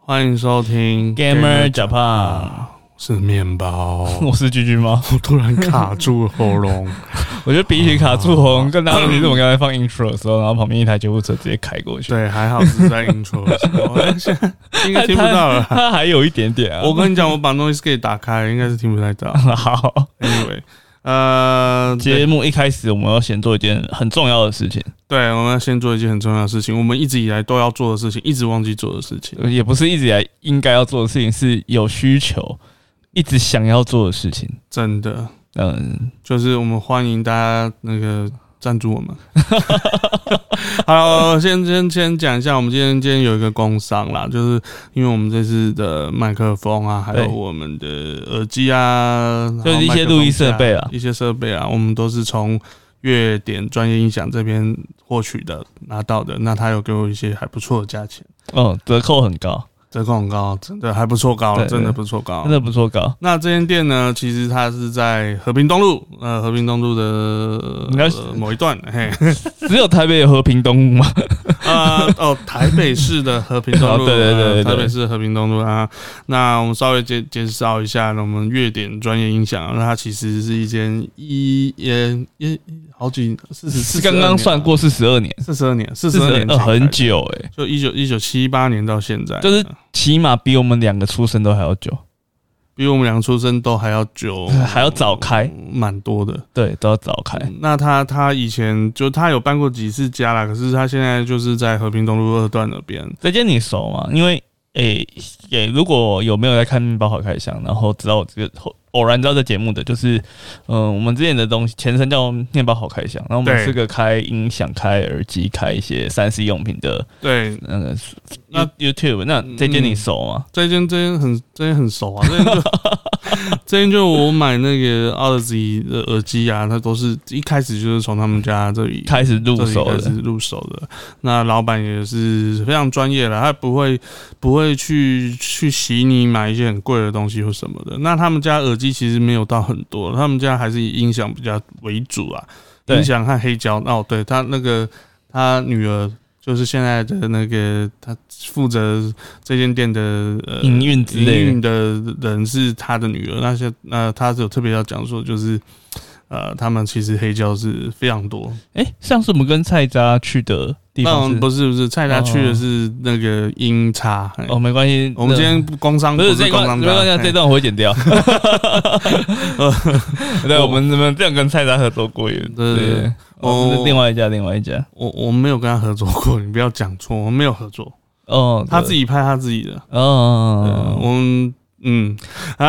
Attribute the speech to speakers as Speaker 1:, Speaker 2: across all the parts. Speaker 1: 欢迎收听啊
Speaker 2: Gamer Japan，
Speaker 1: 是面包。
Speaker 2: 我是居居猫。
Speaker 1: 我突然卡住喉咙，
Speaker 2: 我觉得比起卡住
Speaker 1: 哦
Speaker 2: 红更大的问题是我刚才放 intro 的时候，然后旁边一台救护车直接开过去，
Speaker 1: 对，还好是在 intro 的时候，哎现在应该听不到 了。
Speaker 2: 它还有一点点啊。
Speaker 1: 我跟你讲，我把 noise gate 打开，应该是听不太到。
Speaker 2: 好，
Speaker 1: Anyway，呃，
Speaker 2: 节目一开始我们要先做一件很重要的事情，
Speaker 1: 对，我们要先做一件很重要的事情，我们一直以来都要做的事情，一直忘记做的事情。
Speaker 2: 也不是一直以来应该要做的事情，是有需求一直想要做的事情。
Speaker 1: 真的，
Speaker 2: 嗯，
Speaker 1: 就是我们欢迎大家那个赞助我 们。好，先先先讲一下，我们今天今天有一个工商啦，就是因为我们这次的麦克风啊，还有
Speaker 2: 对
Speaker 1: 我们的耳机啊，
Speaker 2: 就是一些
Speaker 1: 然后麦克风
Speaker 2: 录音设备
Speaker 1: 架
Speaker 2: 啊
Speaker 1: 一些设备啊，我们都是从乐点专业音响这边获取的拿到的。那他有给我一些还不错的价钱，
Speaker 2: 哦，折扣很高，
Speaker 1: 折扣很高，真的还不错高了，
Speaker 2: 对对
Speaker 1: 真的不错高
Speaker 2: 真。的不错高。
Speaker 1: 那这间店呢，其实它是在和平东路，呃，和平东路的、
Speaker 2: 应该是
Speaker 1: 呃、某一段，嘿，
Speaker 2: 只有台北有和平东路吗？
Speaker 1: 呃，哦，台北市的和平东路，
Speaker 2: 哦对对对
Speaker 1: 呃
Speaker 2: 对对
Speaker 1: 台北市和平东路啊。那我们稍微介介绍一下，那我们乐点专业音响，那它其实是一间一也也好几 四十，
Speaker 2: 是刚刚算过是十二年，
Speaker 1: 四十二年，四
Speaker 2: 是
Speaker 1: 十二年前开的
Speaker 2: 哦呃很，久诶、
Speaker 1: 就一九一九七八年到现在，
Speaker 2: 就是起码比我们两个出生都还要久，
Speaker 1: 比我们两个出生都还要久，
Speaker 2: 还要早开。
Speaker 1: 蛮多的。
Speaker 2: 对，都要早开。
Speaker 1: 嗯那他他以前就他有搬过几次家啦，可是他现在就是在和平东路二段那边。
Speaker 2: 这件你熟吗？因为诶诶、如果有没有在看《面包好开箱》，然后知道我这个后偶然知道这节目的，就是嗯、呃我们之前的东西前身叫《面包好开箱》，然后我
Speaker 1: 对
Speaker 2: 们是个开音响、开耳机、开一些三 C 用品的
Speaker 1: 对，
Speaker 2: 那个
Speaker 1: 那嗯
Speaker 2: You- YouTube。那这件你熟吗？
Speaker 1: 这间这间很这间很熟啊，这间就这间就我买那个 Odyssey 的耳机啊，它都是一开始就是从他们家这里
Speaker 2: 开始入
Speaker 1: 这里
Speaker 2: 手
Speaker 1: 开
Speaker 2: 的
Speaker 1: 始，入手的。那老板也是非常专业的，他不会不会去去洗你买一些很贵的东西或什么的。那他们家耳机其实没有到很多，他们家还是以音响比较为主啊，
Speaker 2: 对
Speaker 1: 音响和黑胶。哦，对他那个他女儿。就是现在的那个，他负责这间店的呃
Speaker 2: 营运之
Speaker 1: 营
Speaker 2: 类的。
Speaker 1: 运的人是他的女儿，那些那他是有特别要讲说，就是呃，他们其实黑胶是非常多，
Speaker 2: 诶、上次我们跟蔡扎去的地
Speaker 1: 那我们
Speaker 2: 方是哦
Speaker 1: 不是不是，蔡达去的是那个音叉。嘿
Speaker 2: 哦，没关系。
Speaker 1: 我们今天不工商
Speaker 2: 不是
Speaker 1: 不
Speaker 2: 这
Speaker 1: 是
Speaker 2: 一
Speaker 1: 工
Speaker 2: 段，
Speaker 1: 商
Speaker 2: 没关系，这
Speaker 1: 的，
Speaker 2: 段我会 剪掉。对，我们我们这样跟蔡达合作过也
Speaker 1: 对对对
Speaker 2: 哦，
Speaker 1: 哦
Speaker 2: 是另外一家，另外一家。
Speaker 1: 我我没有跟他合作过，你不要讲错，我们没有合作，
Speaker 2: 哦，
Speaker 1: 他自
Speaker 2: 己
Speaker 1: 己拍他自己的，嗯，
Speaker 2: 哦，
Speaker 1: 我们嗯 啊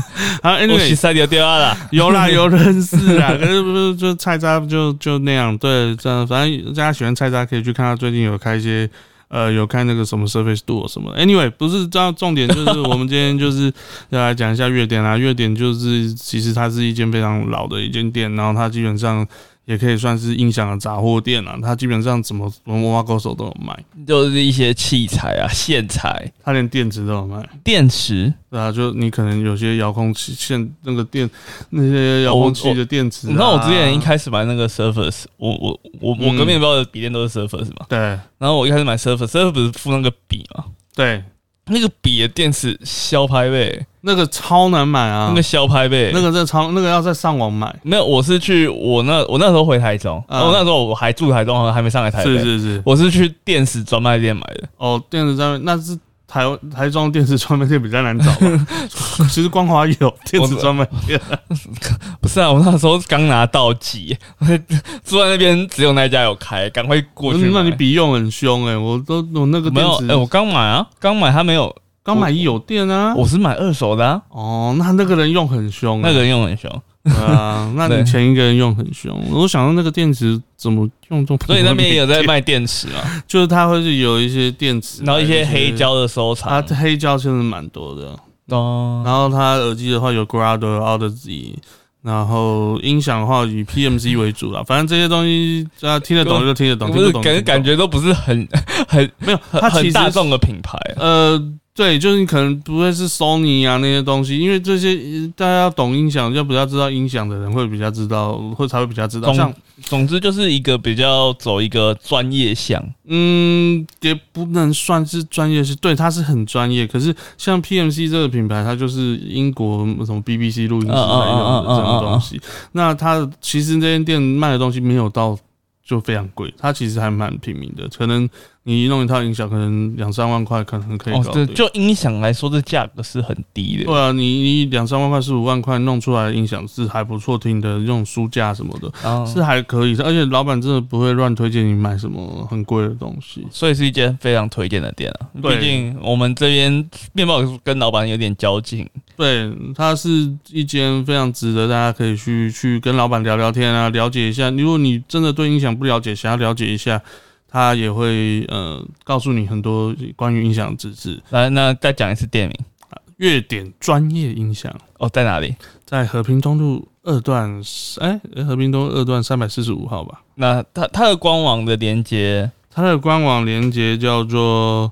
Speaker 1: 啊
Speaker 2: 我去
Speaker 1: ，anyway，
Speaker 2: 塞掉掉啦。
Speaker 1: 有啦有认识啦， 可是不是就蔡扎就就那样，对，这样反正大家喜欢蔡扎可以去看他最近有开一些。呃，有看那个什么 Surface Duo 什么的，Anyway，不是这样，重点就是我们今天就是 要来讲一下月点啦。月点就是其实它是一间非常老的一间店，然后它基本上也可以算是音响的杂货店啦。它基本上怎么怎么挖狗手都有卖，
Speaker 2: 就是一些器材啊、线材、
Speaker 1: 它连电池都有卖。
Speaker 2: 电池。
Speaker 1: 对啊，就你可能有些遥控器线那个电那些遥控器的电池、啊，
Speaker 2: 你知道哦我之前一开始买那个 Surface，我我我我
Speaker 1: 嗯
Speaker 2: 跟面包的笔电都是 Surface 嘛，
Speaker 1: 对
Speaker 2: 然后我一开始买 Surface，Surface 不是附那个笔嘛，
Speaker 1: 对，
Speaker 2: 那个笔的电池削拍背，
Speaker 1: 那个超难买啊，
Speaker 2: 那个削拍背，
Speaker 1: 那个在超那个要在上网买，
Speaker 2: 没有，我是去我那我那时候回台中，哦
Speaker 1: 嗯
Speaker 2: 我那时候我还住台中，还没上来台北。
Speaker 1: 是是是，
Speaker 2: 我是去电视专卖店买的，
Speaker 1: 哦，电视专卖那是台湾台中电视专卖店比较难找吧？ 其实光华有电视专卖店，
Speaker 2: 不是啊，我那时候刚拿到机， 住在那边只有那一家有开，赶快过去买。
Speaker 1: 那你笔用很凶哎，我都我那个
Speaker 2: 没
Speaker 1: 电
Speaker 2: 有？哎、
Speaker 1: 池
Speaker 2: 我刚买啊，刚买他没有，
Speaker 1: 刚买一有电啊，
Speaker 2: 我是买二手的啊。
Speaker 1: 哦，那那个人用很凶欸，
Speaker 2: 那个人用很凶，
Speaker 1: 对 啊，那你
Speaker 2: 对
Speaker 1: 前一个人用很凶，我想到那个电池怎么用都不
Speaker 2: 所以那边也有
Speaker 1: 会
Speaker 2: 在
Speaker 1: 没电，
Speaker 2: 卖电池 嘛，
Speaker 1: 就是它会是有一些电池，
Speaker 2: 然后一些黑。胶的收
Speaker 1: 它
Speaker 2: 藏。
Speaker 1: 黑胶真的蛮多的，
Speaker 2: 哦，
Speaker 1: 然后它耳机的话有 Grado、Odyssey，然后音响的话以 PMC 为主啦。反正这些东西，大家听得懂就听得懂，
Speaker 2: 不
Speaker 1: 听不
Speaker 2: 是
Speaker 1: 懂
Speaker 2: 感
Speaker 1: 就
Speaker 2: 感
Speaker 1: 觉
Speaker 2: 觉都不是很
Speaker 1: 没有。它
Speaker 2: 很
Speaker 1: 其
Speaker 2: 很
Speaker 1: 实
Speaker 2: 大众的品牌啊、
Speaker 1: 呃，对，就是你可能不会是 Sony 啊那些东西，因为这些呃大家要懂音响，要比较知道音响的人会比较知道，会才会比较知道。
Speaker 2: 懂
Speaker 1: 呃像
Speaker 2: 总之就是一个比较走一个专业项，
Speaker 1: 嗯，也不能算是专业，是对，它是很专业。可是像 PMC 这个品牌，它就是英国什么 BBC 录音室才有的这种东
Speaker 2: 嗯
Speaker 1: 西。那它其实这间店卖的东西没有到就非常贵，它其实还蛮平民的，可能你弄一套音响，可能两三万块，可能可以
Speaker 2: 哦
Speaker 1: 搞，
Speaker 2: 这
Speaker 1: 定。
Speaker 2: 就音响来说，这价格是很低的
Speaker 1: 对啊，你你两三万块、四五万块弄出来的音响是还不错听的，用书架什么的，
Speaker 2: 啊，
Speaker 1: 是还可以的。而且老板真的不会乱推荐你买什么很贵的东西。
Speaker 2: 所以是一间非常推荐的店啊。
Speaker 1: 对
Speaker 2: 毕竟我们这边面包跟老板有点交情，
Speaker 1: 对，它是一间非常值得大家可以去去跟老板聊聊天啊，了解一下。如果你真的对音响不了解，想要了解一下，他也会呃告诉你很多关于音响的知识。
Speaker 2: 来，那再讲一次店名
Speaker 1: 乐点专业音响
Speaker 2: 哦，在哪里？
Speaker 1: 在和平东路二段，哎、和平东路二段三百四十五号吧。
Speaker 2: 那它它的官网的连接
Speaker 1: 它的官网连接叫做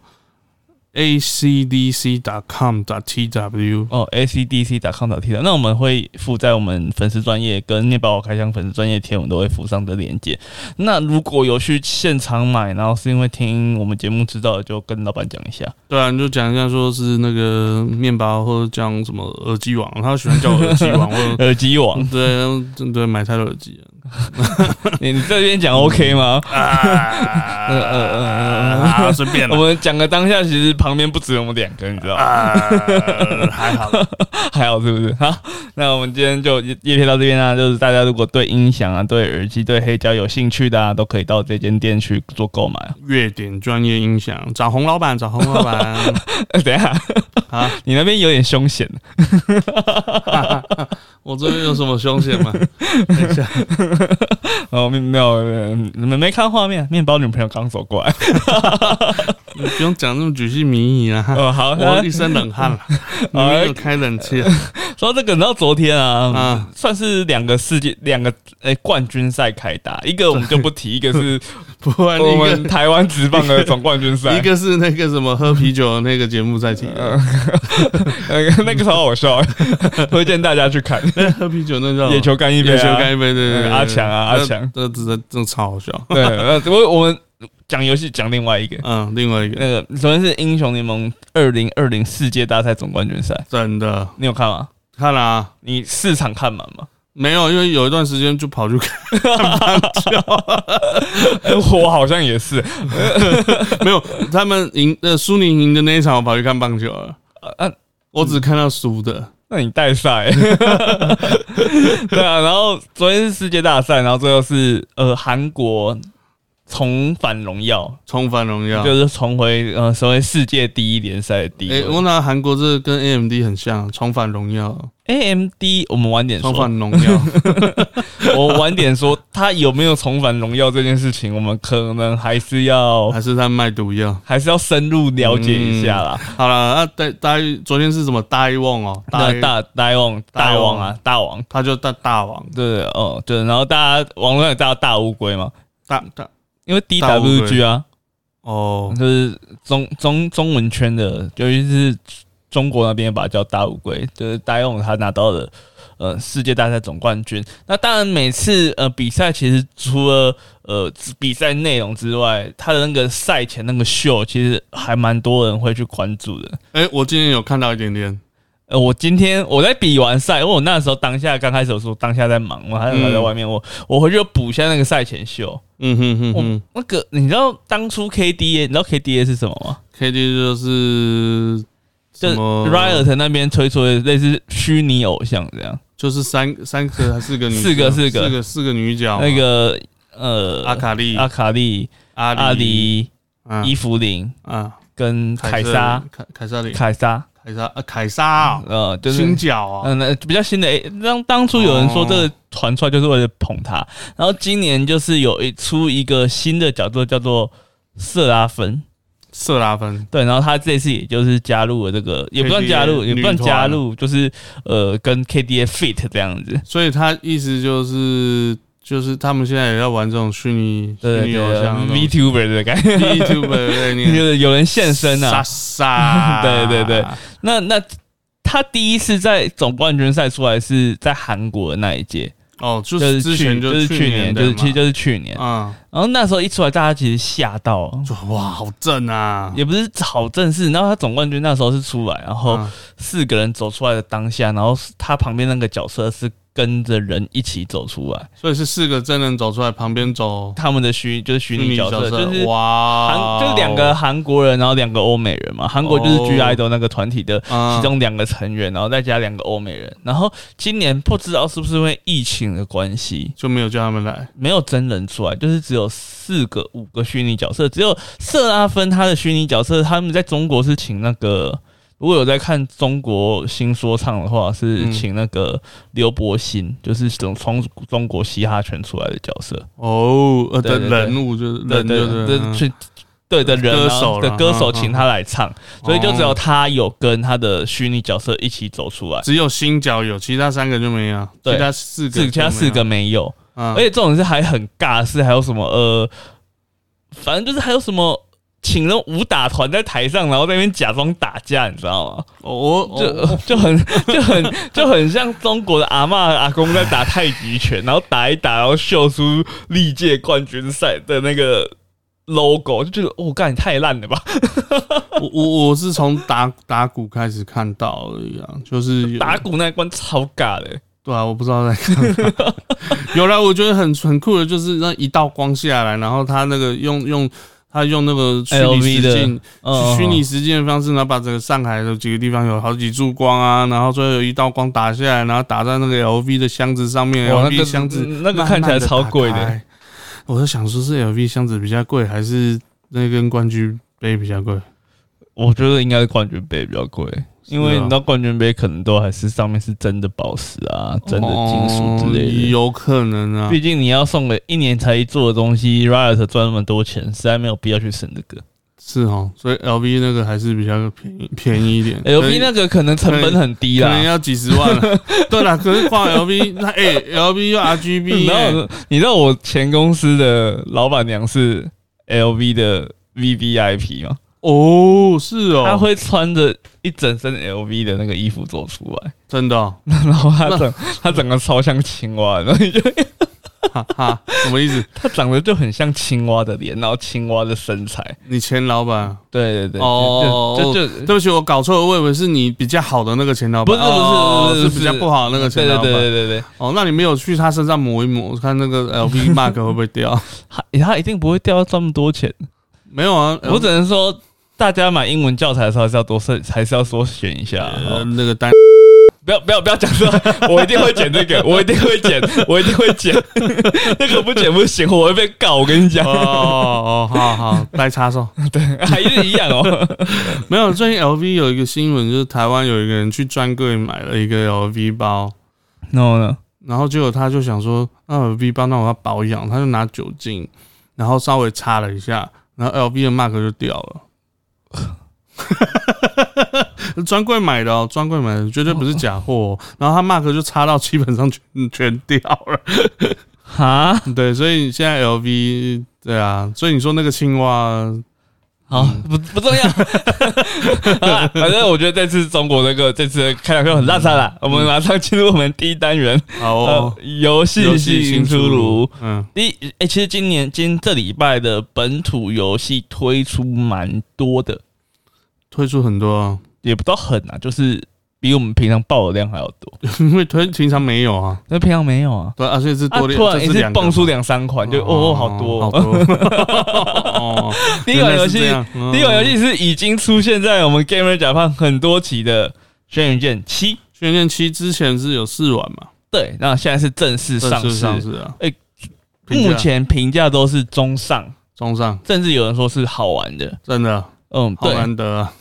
Speaker 1: acdc.com.tw。
Speaker 2: 哦，acdc.com.tw。那我们会附在我们粉丝专业跟面包我开箱粉丝专业贴，我们都会附上的链接。那如果有去现场买，然后是因为听我们节目知道的，就跟老板讲一下。
Speaker 1: 对啊，你就讲一下，说是那个面包或者讲什么耳机网，他喜欢叫我耳机网， 我
Speaker 2: 耳 机王，
Speaker 1: 对对对，买太多耳机啊 了。
Speaker 2: 你你这边讲 OK 吗？
Speaker 1: 啊，
Speaker 2: 嗯嗯嗯嗯
Speaker 1: 啊，随便
Speaker 2: 我
Speaker 1: 了。
Speaker 2: 们讲个当下，其实旁边不止我们两个，你知道吗？
Speaker 1: 啊，还好，
Speaker 2: 还好是不是？好，那我们今天就夜夜配到这边啦、就是大家如果对音响啊、对耳机、对黑胶有兴趣的啊，都可以到这间店去做购买啊。
Speaker 1: 乐点专业音响，找洪老板，找洪老板
Speaker 2: 呃等一下，
Speaker 1: 啊！
Speaker 2: 你那边有点凶险，
Speaker 1: 我这边有什么凶险吗？等一下，
Speaker 2: 哦，没没有，呃你们没看画面，面包女朋友刚走过来。
Speaker 1: 你不用讲那么举细迷疑 啊。
Speaker 2: 哦，好，
Speaker 1: 我
Speaker 2: 那
Speaker 1: 一身冷汗了， 明
Speaker 2: 哎
Speaker 1: 明有开冷气 啊
Speaker 2: 说到这个，你知道昨天啊，
Speaker 1: 啊
Speaker 2: 算是两个世界两个诶、冠军赛开打，一个我们就不提，一个是
Speaker 1: 不然
Speaker 2: 我
Speaker 1: 一
Speaker 2: 们
Speaker 1: 个
Speaker 2: 台湾职棒的总冠军赛
Speaker 1: 一。个是那个什么喝啤酒的那个节目在提的，
Speaker 2: 呃， 那个超好笑， 推荐大家 去看《
Speaker 1: 那喝啤酒那叫
Speaker 2: 野球干一杯
Speaker 1: 野》球
Speaker 2: 啊。
Speaker 1: 干一杯，对对对，
Speaker 2: 嗯阿强啊
Speaker 1: 那
Speaker 2: 阿强
Speaker 1: 这真的真的超好 笑。
Speaker 2: 对，呃我我们讲游戏讲另外一个，
Speaker 1: 嗯，另外一个
Speaker 2: 那个首先是《英雄联盟》二零二零世界大赛总冠军赛，
Speaker 1: 真的
Speaker 2: 你有看吗？
Speaker 1: 看啦、啊，
Speaker 2: 你四场看满 吗？
Speaker 1: 没有，因为有一段时间就跑去看，
Speaker 2: 哎我好像也是，
Speaker 1: 没有他们赢呃苏宁赢的那一场，我跑去看棒球了。
Speaker 2: 啊，
Speaker 1: 我只看到输的，
Speaker 2: 那你带赛、 对啊，然后昨天是世界大赛，然后最后是呃韩国重返荣耀，
Speaker 1: 重返荣耀。
Speaker 2: 就是重回呃成为世界第一联赛的第一
Speaker 1: 诶、
Speaker 2: 位。
Speaker 1: 我拿韩国这个跟 AMD 很像，重返荣耀，
Speaker 2: AMD 我们晚点
Speaker 1: 重
Speaker 2: 说
Speaker 1: 返，荣 耀。
Speaker 2: 我晚点说他有没有重返荣耀这件事情，我们可能还是要
Speaker 1: 还是在卖毒药。
Speaker 2: 还是要深入了解一下啦。
Speaker 1: 好了，那大大昨天是什么大一旺哦，大
Speaker 2: 那大大王大王啊大王，
Speaker 1: 他就大大王
Speaker 2: 对对哦对，然后大家网络上有大家大乌龟嘛，
Speaker 1: 大大
Speaker 2: 因为
Speaker 1: 大乌龟
Speaker 2: DWG 啊，
Speaker 1: 哦，
Speaker 2: 就是中中中文圈的，尤其是中国那边把它叫大乌龟，就是大勇他拿到了呃世界大赛总冠军。那当然每次呃比赛其实除了呃比赛内容之外，他的那个赛前那个秀其实还蛮多人会去关注的。
Speaker 1: 哎、我今天有看到一点点，
Speaker 2: 呃，我今天我在比完赛，因为我那时候当下刚开始我说当下在忙，我还还在外面，我我回去补一下那个赛前秀。
Speaker 1: 嗯哼哼
Speaker 2: 我、
Speaker 1: 哼
Speaker 2: 那个你知道当初 KDA 你知道 KDA 是什么吗？
Speaker 1: ，K D 就是
Speaker 2: 就
Speaker 1: 什么
Speaker 2: Riot 那边推出的类似虚拟偶像这样，
Speaker 1: 就是三三个还是四个女
Speaker 2: 四个四个
Speaker 1: 四个四个女角嘛，
Speaker 2: 那个呃
Speaker 1: 哦阿卡丽
Speaker 2: 阿卡丽、
Speaker 1: 阿
Speaker 2: 阿里、
Speaker 1: 啊
Speaker 2: 伊芙琳
Speaker 1: 啊
Speaker 2: 跟凯撒、
Speaker 1: 凯凯撒里
Speaker 2: 凯撒，
Speaker 1: 凯撒啊凯撒啊，
Speaker 2: 呃，就是
Speaker 1: 新角啊，
Speaker 2: 嗯，那比较新的，诶当当初有人说
Speaker 1: 哦
Speaker 2: 这个传出来就是为了捧他，然后今年就是有一出一个新的角色叫做瑟拉芬，
Speaker 1: 瑟拉芬，
Speaker 2: 对，然后他这次也就是加入了这个，也不算加入，
Speaker 1: KDA
Speaker 2: 也不算
Speaker 1: 女团
Speaker 2: 加入，就是呃跟 KDA fit 这样子，
Speaker 1: 所以他意思就是就是他们现在也要玩这种虚拟虚
Speaker 2: 对对
Speaker 1: 拟
Speaker 2: 呃
Speaker 1: 偶像那种
Speaker 2: ，VTuber 的感觉，
Speaker 1: ，VTuber 对你看
Speaker 2: 就是有人现身
Speaker 1: 莎。
Speaker 2: 啊
Speaker 1: 莎
Speaker 2: 对对对那那他第一次在总冠军赛出来是在韩国的那一届，
Speaker 1: 哦，就
Speaker 2: 就是是
Speaker 1: 之
Speaker 2: 去
Speaker 1: 前
Speaker 2: 就是
Speaker 1: 去
Speaker 2: 年，
Speaker 1: 的
Speaker 2: 就是其实
Speaker 1: 嘛
Speaker 2: 就是去年。
Speaker 1: 嗯，
Speaker 2: 然后那时候一出来，大家其实吓到，
Speaker 1: 就哇，好正啊！
Speaker 2: 也不是好正式。然后他总冠军那时候是出来，然后
Speaker 1: 嗯
Speaker 2: 四个人走出来的当下，然后他旁边那个角色是跟着人一起走出来，
Speaker 1: 所以是四个真人走出来，旁边走
Speaker 2: 他们的虚就是虚拟角色，就是
Speaker 1: 哇，
Speaker 2: 韩就是两个韩国人，然后两个欧美人嘛。韩国就是
Speaker 1: 哦
Speaker 2: G IDOL 那个团体的
Speaker 1: 嗯
Speaker 2: 其中两个成员，然后再加两个欧美人。然后今年不知道是不是因为疫情的关系，
Speaker 1: 就没有叫他们来。
Speaker 2: 没有真人出来，就是只有四个、五个虚拟角色，只有瑟拉芬他的虚拟角色，他们在中国是请那个。如果有在看中国新说唱的话，是
Speaker 1: 嗯
Speaker 2: 请那个刘伯欣，就是从从中国嘻哈圈出来的角色。
Speaker 1: 哦，呃的
Speaker 2: 对对对
Speaker 1: 人物就是
Speaker 2: 对
Speaker 1: 人
Speaker 2: 对
Speaker 1: 就是
Speaker 2: 对，
Speaker 1: 嗯
Speaker 2: 去对的人啊
Speaker 1: 歌手啦
Speaker 2: 的歌手
Speaker 1: 嗯嗯
Speaker 2: 请他来唱，所以就只有他有跟他的虚拟角色一起走出来，
Speaker 1: 只有新角有，其他三个就没有，
Speaker 2: 对
Speaker 1: 其他四个啊
Speaker 2: 只
Speaker 1: 就
Speaker 2: 其他四个哎没
Speaker 1: 没
Speaker 2: 有。
Speaker 1: 有，嗯而
Speaker 2: 而且这种是还很尬，是还有什么呃，反正就是还有什么请了武打团在台上，然后在那边假装打架，你知道吗？
Speaker 1: 我
Speaker 2: 就
Speaker 1: 我
Speaker 2: 就很就很就很像中国的阿嬷阿公在打太极拳，然后打一打，然后秀出历届冠军赛的那个 logo，就觉得哦，干你太烂了吧。
Speaker 1: 我我我是从打打鼓开始看到的一样，就是有
Speaker 2: 打鼓那一关超尬的、
Speaker 1: 对啊，我不知道在干嘛。 有啦，我觉得很很酷的，就是那一道光下来，然后他那个用用他用那个虚拟
Speaker 2: LV
Speaker 1: 实
Speaker 2: 的
Speaker 1: 境
Speaker 2: 嗯
Speaker 1: 虚拟实境的方式，然后把整个上海的几个地方有好几束光啊，然后最后有一道光打下来，然后打在那个 LV 的箱子上面
Speaker 2: 哇那
Speaker 1: ，LV
Speaker 2: 个
Speaker 1: 箱子
Speaker 2: 嗯那个看起来超贵的
Speaker 1: 慢慢地打开。我就想说，是 LV 箱子比较贵，还是那根冠军杯比较贵？
Speaker 2: 我觉得应该是冠军杯比较贵，
Speaker 1: 啊
Speaker 2: 因为你知道冠军杯可能都还是上面是真的宝石啊、真的金属之类
Speaker 1: 哦
Speaker 2: 的。
Speaker 1: 有可能啊。
Speaker 2: 毕竟你要送给一年才一做的东西，Riot 赚那么多钱，实在没有必要去省这个。
Speaker 1: 是哦，所以 LV 那个还是比较便宜便宜一点
Speaker 2: LV 那个可能成本很低
Speaker 1: 可能
Speaker 2: 啦。
Speaker 1: 要几十万了。对啦，可是挂 LV 那哎、LV 又 RGB，、
Speaker 2: 然后 你知道我前公司的老板娘是 LV 的 VVIP 吗？
Speaker 1: 哦，是哦，
Speaker 2: 她会穿着一整身 LV 的那个衣服走出来。
Speaker 1: 真的、哦，
Speaker 2: 然后他整他整个超像青蛙，然后你就
Speaker 1: 哈哈，什么意思？
Speaker 2: 他长得就很像青蛙的脸，然后青蛙的身材，
Speaker 1: 你前老板？
Speaker 2: 对对对，
Speaker 1: 哦
Speaker 2: 就就
Speaker 1: 对
Speaker 2: 就
Speaker 1: 不起，我搞错了，我以为是你比较好的那个前老板，
Speaker 2: 不是不是
Speaker 1: 哦
Speaker 2: 不是不
Speaker 1: 是
Speaker 2: 是
Speaker 1: 比较不好的那个前
Speaker 2: 对
Speaker 1: 老
Speaker 2: 对
Speaker 1: 板。
Speaker 2: 对对对对，
Speaker 1: 哦，那你没有去他身上抹一抹，看那 个 LV mark 会不会掉？
Speaker 2: 他他一定不会掉到这么多钱，
Speaker 1: 没有啊，
Speaker 2: 我只能说。大家买英文教材的时候还是要多慎，还是要多选一下。
Speaker 1: 呃
Speaker 2: 哦
Speaker 1: 那个单
Speaker 2: 不要不要不要讲这个，我一定会剪这个，我一定会剪，我一定会剪。那个不剪不行，我会被告。我跟你讲
Speaker 1: 哦， 哦，好好，来插 手。
Speaker 2: 还是一样哦。
Speaker 1: 没有，最近 LV 有一个新闻，就是台湾有一个人去专柜买了一个 LV 包，
Speaker 2: 然后呢？然
Speaker 1: 然后结果他就想说，那 LV 包那我要保养，他就拿酒精，然后稍微擦了一下，然后 LV 的 mark 就掉了。 专柜买的哦，专柜买的绝对不是假货哦、然后他 mark 就擦到基本上全 全掉了。
Speaker 2: 哈，
Speaker 1: 对，所以现在 LV 对啊，所以你说那个青蛙，
Speaker 2: 好，不不 重要。好啦反正我觉得这次中国那个这次的开场秀很烂惨啦。我们马上进入我们第一单元，
Speaker 1: 好
Speaker 2: 呃
Speaker 1: 哦，，
Speaker 2: 游戏新出炉。，
Speaker 1: 嗯，
Speaker 2: 第一，哎，其实今年今这礼拜的本土游戏推出蛮多的，
Speaker 1: 推出很多、哦，
Speaker 2: 也不到很啊，就是比我们平常报的量还要多。
Speaker 1: 因为推平常没有啊，
Speaker 2: 那平常没有啊，
Speaker 1: 对啊，所以是
Speaker 2: 啊，
Speaker 1: 多
Speaker 2: 突然
Speaker 1: 这
Speaker 2: 一
Speaker 1: 是
Speaker 2: 次
Speaker 1: 两个
Speaker 2: 蹦出两三款，就哦，哦好多
Speaker 1: 好
Speaker 2: 哦。
Speaker 1: 多。 哦，
Speaker 2: 第一款游戏
Speaker 1: 原来是这样
Speaker 2: 第一款游，
Speaker 1: 嗯
Speaker 2: 戏是已经出现在我们 Gamer 甲胖很多期的《轩辕剑七》。
Speaker 1: 轩辕七之前是有试玩嘛，
Speaker 2: 对，那现在是正式上
Speaker 1: 正
Speaker 2: 市，
Speaker 1: 式上市啊。
Speaker 2: 哎
Speaker 1: 评价
Speaker 2: 目前评价都是中上，
Speaker 1: 中上
Speaker 2: 甚至有人说是好玩的。
Speaker 1: 真的
Speaker 2: 嗯，
Speaker 1: 好
Speaker 2: 对。
Speaker 1: 难得啊，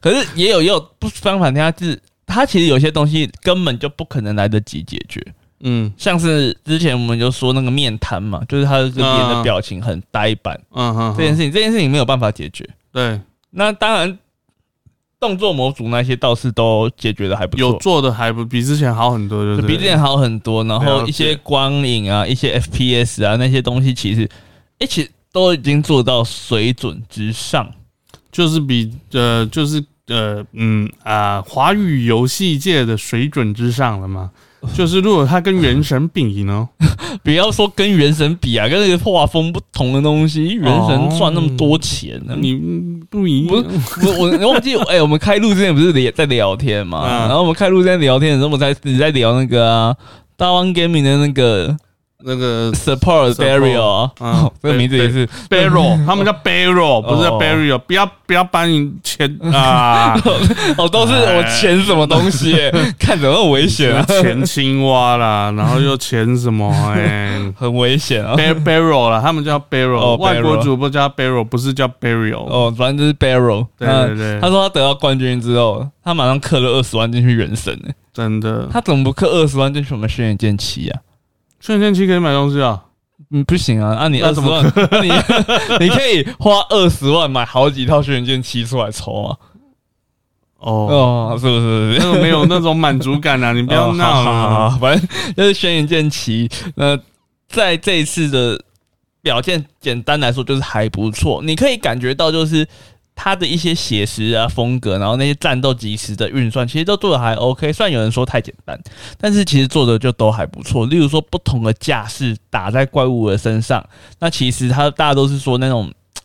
Speaker 2: 可是也有也有不相反，它是它其实有些东西根本就不可能来得及解决，
Speaker 1: 嗯
Speaker 2: 像是之前我们就说那个面瘫嘛，就是他这个脸的表情很呆板，
Speaker 1: 嗯哼，
Speaker 2: 这件事情这件事情没有办法解决。
Speaker 1: 对
Speaker 2: 那当然。动作模组那些倒是都解决的还不错，
Speaker 1: 有做的还不比之前好很多，就是
Speaker 2: 比之前好很多。
Speaker 1: 了
Speaker 2: 然后
Speaker 1: 解
Speaker 2: 一些光影啊，一些 FPS 啊那些东西，其实一起都已经做到水准之上。
Speaker 1: 就是比呃就是呃嗯啊华语游戏界的水准之上了嘛。就是如果它跟《原神》比呢，
Speaker 2: 不要说跟原神比啊，跟那个画风不同的东西，原神赚那么多钱呢、
Speaker 1: 你嗯不一
Speaker 2: 不
Speaker 1: 样
Speaker 2: 是。我我我 忘记哎、我们开录之前不是也在聊天嘛？
Speaker 1: 嗯
Speaker 2: 然后我们开录之前聊天的时候，我们在你在聊那个、啊、大湾 gaming 的那个
Speaker 1: 那个
Speaker 2: support barrier，啊、
Speaker 1: 嗯
Speaker 2: 这个名字也是
Speaker 1: barrel，他们
Speaker 2: 嗯
Speaker 1: 叫 barrel，不是叫 barrier，不要不要把你钱
Speaker 2: 嗯
Speaker 1: 啊
Speaker 2: 哦，都是我钱什么东西、 看着很危险啊，
Speaker 1: 钱青蛙啦，然后又钱什 么哎、
Speaker 2: 很危险啊。
Speaker 1: bar barrel 啦，他们叫 barrel，、
Speaker 2: 哦
Speaker 1: 外国
Speaker 2: barrel
Speaker 1: 主播叫 barrel，不是叫 burial。
Speaker 2: 哦，反正就是 barrel。
Speaker 1: 对
Speaker 2: 那
Speaker 1: 对对
Speaker 2: 他说他得到冠军之后，他马上刻了二十万进去原神、欸，
Speaker 1: 真的，
Speaker 2: 他怎么不刻二十万进去我们轩辕剑七啊？
Speaker 1: 瞬间期可以买东西啊，
Speaker 2: 嗯，不行啊！啊你
Speaker 1: 那
Speaker 2: 二十
Speaker 1: 怎么
Speaker 2: 万，那你你 可以花二十万买好几套轩辕剑七出来抽啊！
Speaker 1: 哦，
Speaker 2: 哦，是不是？是
Speaker 1: 那
Speaker 2: 不是
Speaker 1: 个没有那种满足感啊，你不要
Speaker 2: 哦
Speaker 1: 闹
Speaker 2: 好好好
Speaker 1: 了。
Speaker 2: 好反正就是轩辕剑七。那在这一次的表现，简单来说就是还不错，你可以感觉到就是。它的一些写实啊风格，然后那些战斗即时的运算，其实都做的还 OK。虽然有人说太简单，但是其实做的就都还不错。例如说不同的架势打在怪物的身上，那其实它大家都是说那种嘖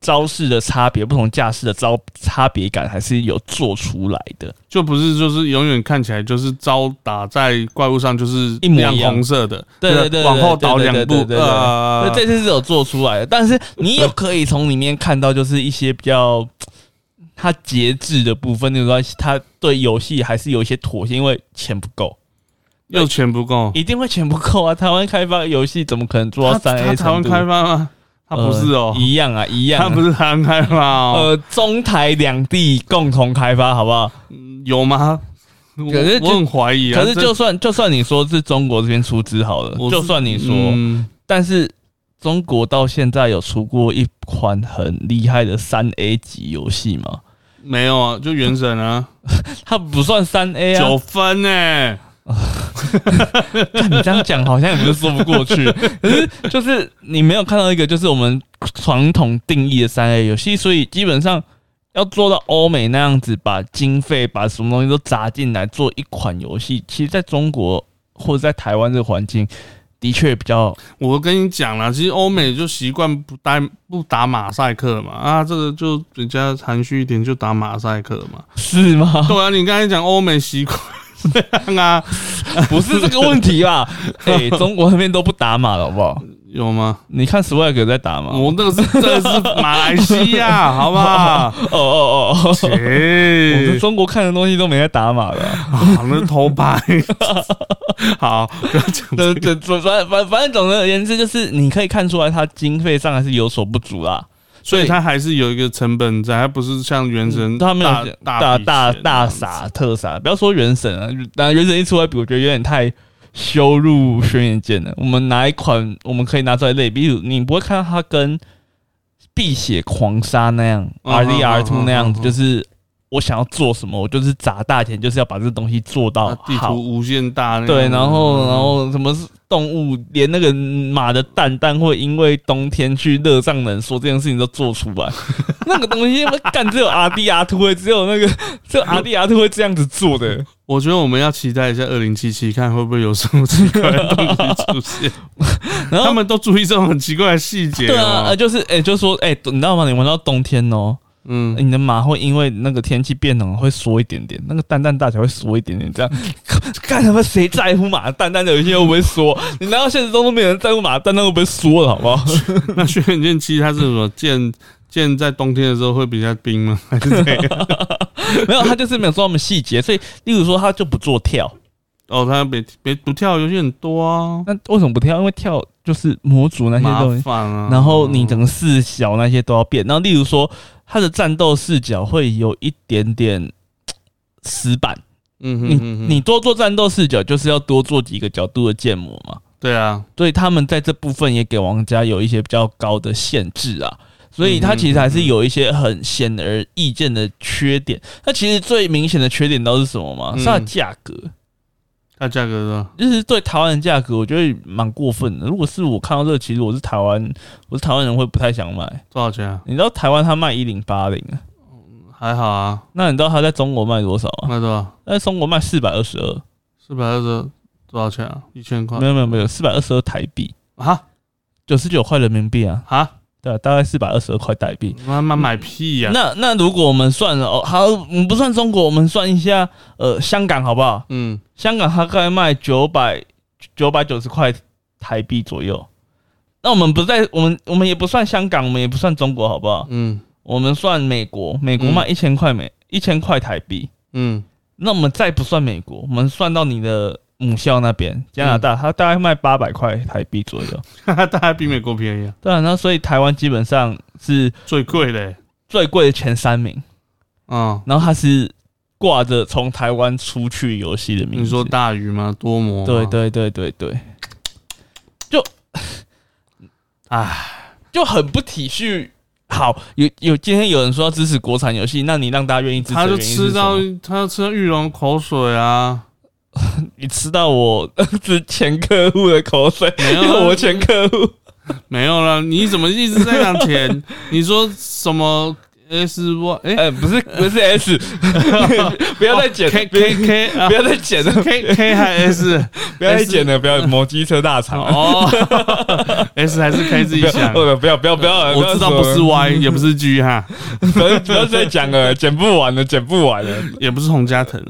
Speaker 2: 招式的差别，不同架势的招差别感还是有做出来的。
Speaker 1: 就不是就是永远看起来就是招打在怪物上就是
Speaker 2: 一模一
Speaker 1: 亮
Speaker 2: 样
Speaker 1: 红色的，
Speaker 2: 对对对，
Speaker 1: 往后倒两步
Speaker 2: 对对，对对对
Speaker 1: 呃
Speaker 2: 那，这次是有做出来的，但是你也可以从里面看到，就是一些比较他节制的部分，就是说他对游戏还是有一些妥协，因为钱不够，
Speaker 1: 又钱不够，
Speaker 2: 一定会钱不够啊！台湾开发游戏怎么可能做
Speaker 1: 他
Speaker 2: 到三
Speaker 1: 他
Speaker 2: A
Speaker 1: 台湾
Speaker 2: 程度？
Speaker 1: 开发吗？他不是哦
Speaker 2: 呃，一样啊，一样啊、
Speaker 1: 他不是台湾开发哦，
Speaker 2: 呃，中台两地共同开发，好不好？
Speaker 1: 有吗？我
Speaker 2: 可是就
Speaker 1: 我很怀疑啊。
Speaker 2: 可是
Speaker 1: 这
Speaker 2: 就算就算你说是中国这边出资好了
Speaker 1: 我，是
Speaker 2: 就算你说，
Speaker 1: 嗯
Speaker 2: 但是中国到现在有出过一款很厉害的三 A 级游戏吗？
Speaker 1: 没有啊，就原神啊，
Speaker 2: 它不算三 A 啊
Speaker 1: 九，分欸呢、
Speaker 2: 但你这样讲好像也不是说不过 去。可是就是你没有看到一个就是我们传统定义的三 A 游戏，所以基本上要做到欧美那样子，把经费把什么东西都砸进来做一款游戏，其实在中国或者在台湾这个环境。的确比较
Speaker 1: 我跟你讲啦，其实欧美就习惯不打不打马赛克嘛，啊，这个就人家含蓄一点就打马赛克 嘛。
Speaker 2: 是吗？
Speaker 1: 对啊，你刚才讲欧美习惯这样啊，
Speaker 2: 不是这个问题吧？ 哎、中国那边都不打码了，好不好？
Speaker 1: 有吗？
Speaker 2: 你看 Swag 在打吗？
Speaker 1: 我那个是这个是马来西 亚，好不好？
Speaker 2: 哦哦哦哦，我
Speaker 1: 切
Speaker 2: 们中国看的东西都没在打码了啊。
Speaker 1: 好，那偷 拍。好，不要讲
Speaker 2: 对对，总反反反正总而言之，就是你可以看出来，它经费上还是有所不足啦。
Speaker 1: 所以它还是有一个成本在，它不是像原神
Speaker 2: 他没
Speaker 1: 大
Speaker 2: 有
Speaker 1: 大
Speaker 2: 大
Speaker 1: 笔
Speaker 2: 大
Speaker 1: 钱
Speaker 2: 大傻特傻，不要说原神啊，当然原神一出来，我觉得有点太羞辱轩辕剑了。我们哪一款我们可以拿出来类比？比如你不会看到它跟《碧血狂杀》那样
Speaker 1: 嗯
Speaker 2: ，R D R
Speaker 1: 嗯
Speaker 2: Two
Speaker 1: 嗯
Speaker 2: 那样子，
Speaker 1: 嗯嗯
Speaker 2: 就是我想要做什么，我就是砸大钱，就是要把这东西做到
Speaker 1: 啊地
Speaker 2: 哦好。
Speaker 1: 图无限大那个。
Speaker 2: 对，然后然
Speaker 1: 嗯
Speaker 2: 后什么动物，连那个马的蛋蛋会因为冬天去热胀冷缩这件事情都做出来， 那个东西干只有阿迪阿兔会，只有那个只有阿迪阿兔会这样子做的。
Speaker 1: 我觉得我们要期待一下二零七七，看会不会有什么奇怪的东西出现。
Speaker 2: 然后
Speaker 1: 他们都注意这种很奇怪的细节。
Speaker 2: 对啊，呃，
Speaker 1: 哦，
Speaker 2: 就是哎、就说哎、你知道吗？你玩到冬天哦，
Speaker 1: 嗯，
Speaker 2: 你的马会因为那个天气变冷会缩一点点，那个蛋蛋大小会缩一点点，这样 干他妈谁在乎马的蛋蛋的？有些会不会缩？你难道现实中都没有人在乎马的蛋蛋会不会缩了？好不好？
Speaker 1: 那轩辕剑七它是什么剑？剑在冬天的时候会比较冰吗？ 还是怎样？
Speaker 2: 没有，他就是没有说他们细节，所以例如说他就不做跳，
Speaker 1: 哦，它别别不跳游戏很多啊，
Speaker 2: 那为什么不跳？因为跳就是模组那些
Speaker 1: 麻
Speaker 2: 东西，
Speaker 1: 烦啊。
Speaker 2: 然后你整个视角那些都要变。然后例如说他的战斗视角会有一点点死板，
Speaker 1: 嗯哼
Speaker 2: 你
Speaker 1: 嗯哼
Speaker 2: 你多做战斗视角就是要多做几个角度的建模嘛，
Speaker 1: 对啊，
Speaker 2: 所以他们在这部分也给玩家有一些比较高的限制啊。所以它
Speaker 1: 嗯
Speaker 2: 其实还是有一些很显而易见的缺点。那其实最明显的缺点都是什么吗？
Speaker 1: 嗯
Speaker 2: 是它的价格，
Speaker 1: 它价格呢？
Speaker 2: 就是对台湾的价格，我觉得蛮过分的。如果是我看到这个，其实我是台湾，我是台湾人会不太想买。
Speaker 1: 多少钱啊？
Speaker 2: 你知道台湾它卖一零八零啊，
Speaker 1: 还好啊，
Speaker 2: 那你知道它在中国卖多少啊？
Speaker 1: 卖多少？
Speaker 2: 在中国卖四百二十二，
Speaker 1: 四百二十多少钱啊？一千块
Speaker 2: 没有没有没有，四百二十二台币，
Speaker 1: 啊
Speaker 2: 九十九块人民币啊，
Speaker 1: 啊！
Speaker 2: 对啊，大概四百二十二块台币。
Speaker 1: 妈妈买屁呀！
Speaker 2: 那那如果我们算了哦，好，我们不算中国，我们算一下呃香港好不好？
Speaker 1: 嗯，
Speaker 2: 香港它大概卖九百九百九十块台币左右。那我们不在，我们我们也不算香港，我们也不算中国，好不好？
Speaker 1: 嗯
Speaker 2: 我们算美国，美国
Speaker 1: 嗯
Speaker 2: 卖一千块美一千块台币。
Speaker 1: 嗯
Speaker 2: 那我们再不算美国，我们算到你的母校那边，加拿
Speaker 1: 嗯
Speaker 2: 大，它大概卖八百块台币左右。
Speaker 1: 哈哈，但还比美国便宜啊，
Speaker 2: 对啊，那所以台湾基本上是
Speaker 1: 最贵嘞。
Speaker 2: 最贵的前三名，
Speaker 1: 嗯，
Speaker 2: 然后它是挂着从台湾出去游戏的名字。
Speaker 1: 你说大鱼吗？多模？
Speaker 2: 对，对对对对，
Speaker 1: 唉，
Speaker 2: 就很不体恤。好，有有今天有人说要支持国产游戏，那你让大家愿意支持的
Speaker 1: 他
Speaker 2: 原
Speaker 1: 就
Speaker 2: 因是什么，
Speaker 1: 吃到他就吃到玉龙口水 啊！
Speaker 2: 你吃到我 之前客户的口水，
Speaker 1: 没
Speaker 2: 因
Speaker 1: 有啊
Speaker 2: 为我前客户
Speaker 1: 没有啦，你怎么一直在讲 钱？你说什么 S Y？哎、
Speaker 2: 呃，不是不是 S，不要再剪
Speaker 1: K
Speaker 2: 不要
Speaker 1: K K 啊
Speaker 2: 不要再剪了，
Speaker 1: K K 还 S
Speaker 2: 不要再剪了，不要摩机车大厂，
Speaker 1: 哦 ，S 还是 K 自
Speaker 2: 不
Speaker 1: 己想。
Speaker 2: 要不要不要不要，
Speaker 1: 我知道不是 Y，也不是 G 哈，
Speaker 2: 不要不要再讲了，剪不完了，剪不完了。
Speaker 1: 也不是洪家腾。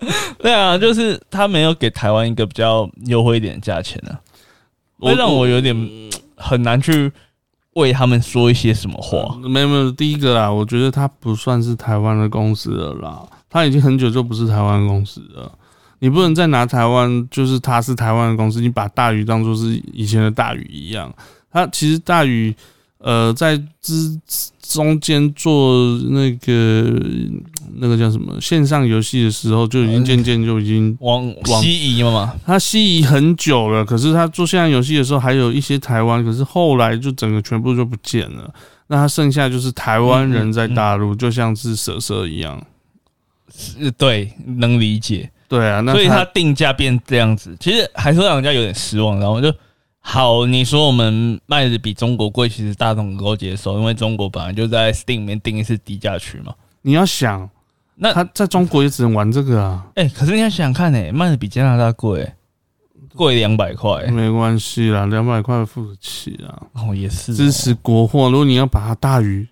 Speaker 2: 对啊，就是他没有给台湾一个比较优惠一点的价钱啊，
Speaker 1: 我
Speaker 2: 会让我有点很难去为他们说一些什么话。
Speaker 1: 没有没有，第一个啦，我觉得它不算是台湾的公司了啦，它已经很久就不是台湾公司了。你不能再拿台湾，就是它是台湾的公司，你把大鱼当做是以前的大鱼一样。它其实大鱼，呃，在之中间做那个那个叫什么线上游戏的时候，就已
Speaker 2: 哎
Speaker 1: 经渐渐就已经
Speaker 2: 往
Speaker 1: 往
Speaker 2: 西移嘛，
Speaker 1: 他西移很久了，可是他做线上游戏的时候还有一些台湾，可是后来就整个全部就不见了。那他剩下就是台湾人在大陆，就像是蛇蛇一样。
Speaker 2: 嗯是呃对，能理解。
Speaker 1: 对啊，那
Speaker 2: 所以它
Speaker 1: 他
Speaker 2: 定价变这样子，其实还是让人家有点失望。然后就好，你说我们卖的比中国贵，其实大众能够接受，因为中国本来就在 Steam 里面定义是低价区嘛。
Speaker 1: 你要想，
Speaker 2: 那
Speaker 1: 他在中国也只能玩这个啊，
Speaker 2: 哎、可是你要想想看、欸，哎，卖的比加拿大贵、欸，贵两百块。
Speaker 1: 没关系啦，两百块付得起啊。
Speaker 2: 哦，也是哦
Speaker 1: 支持国货，如果你要把它大鱼，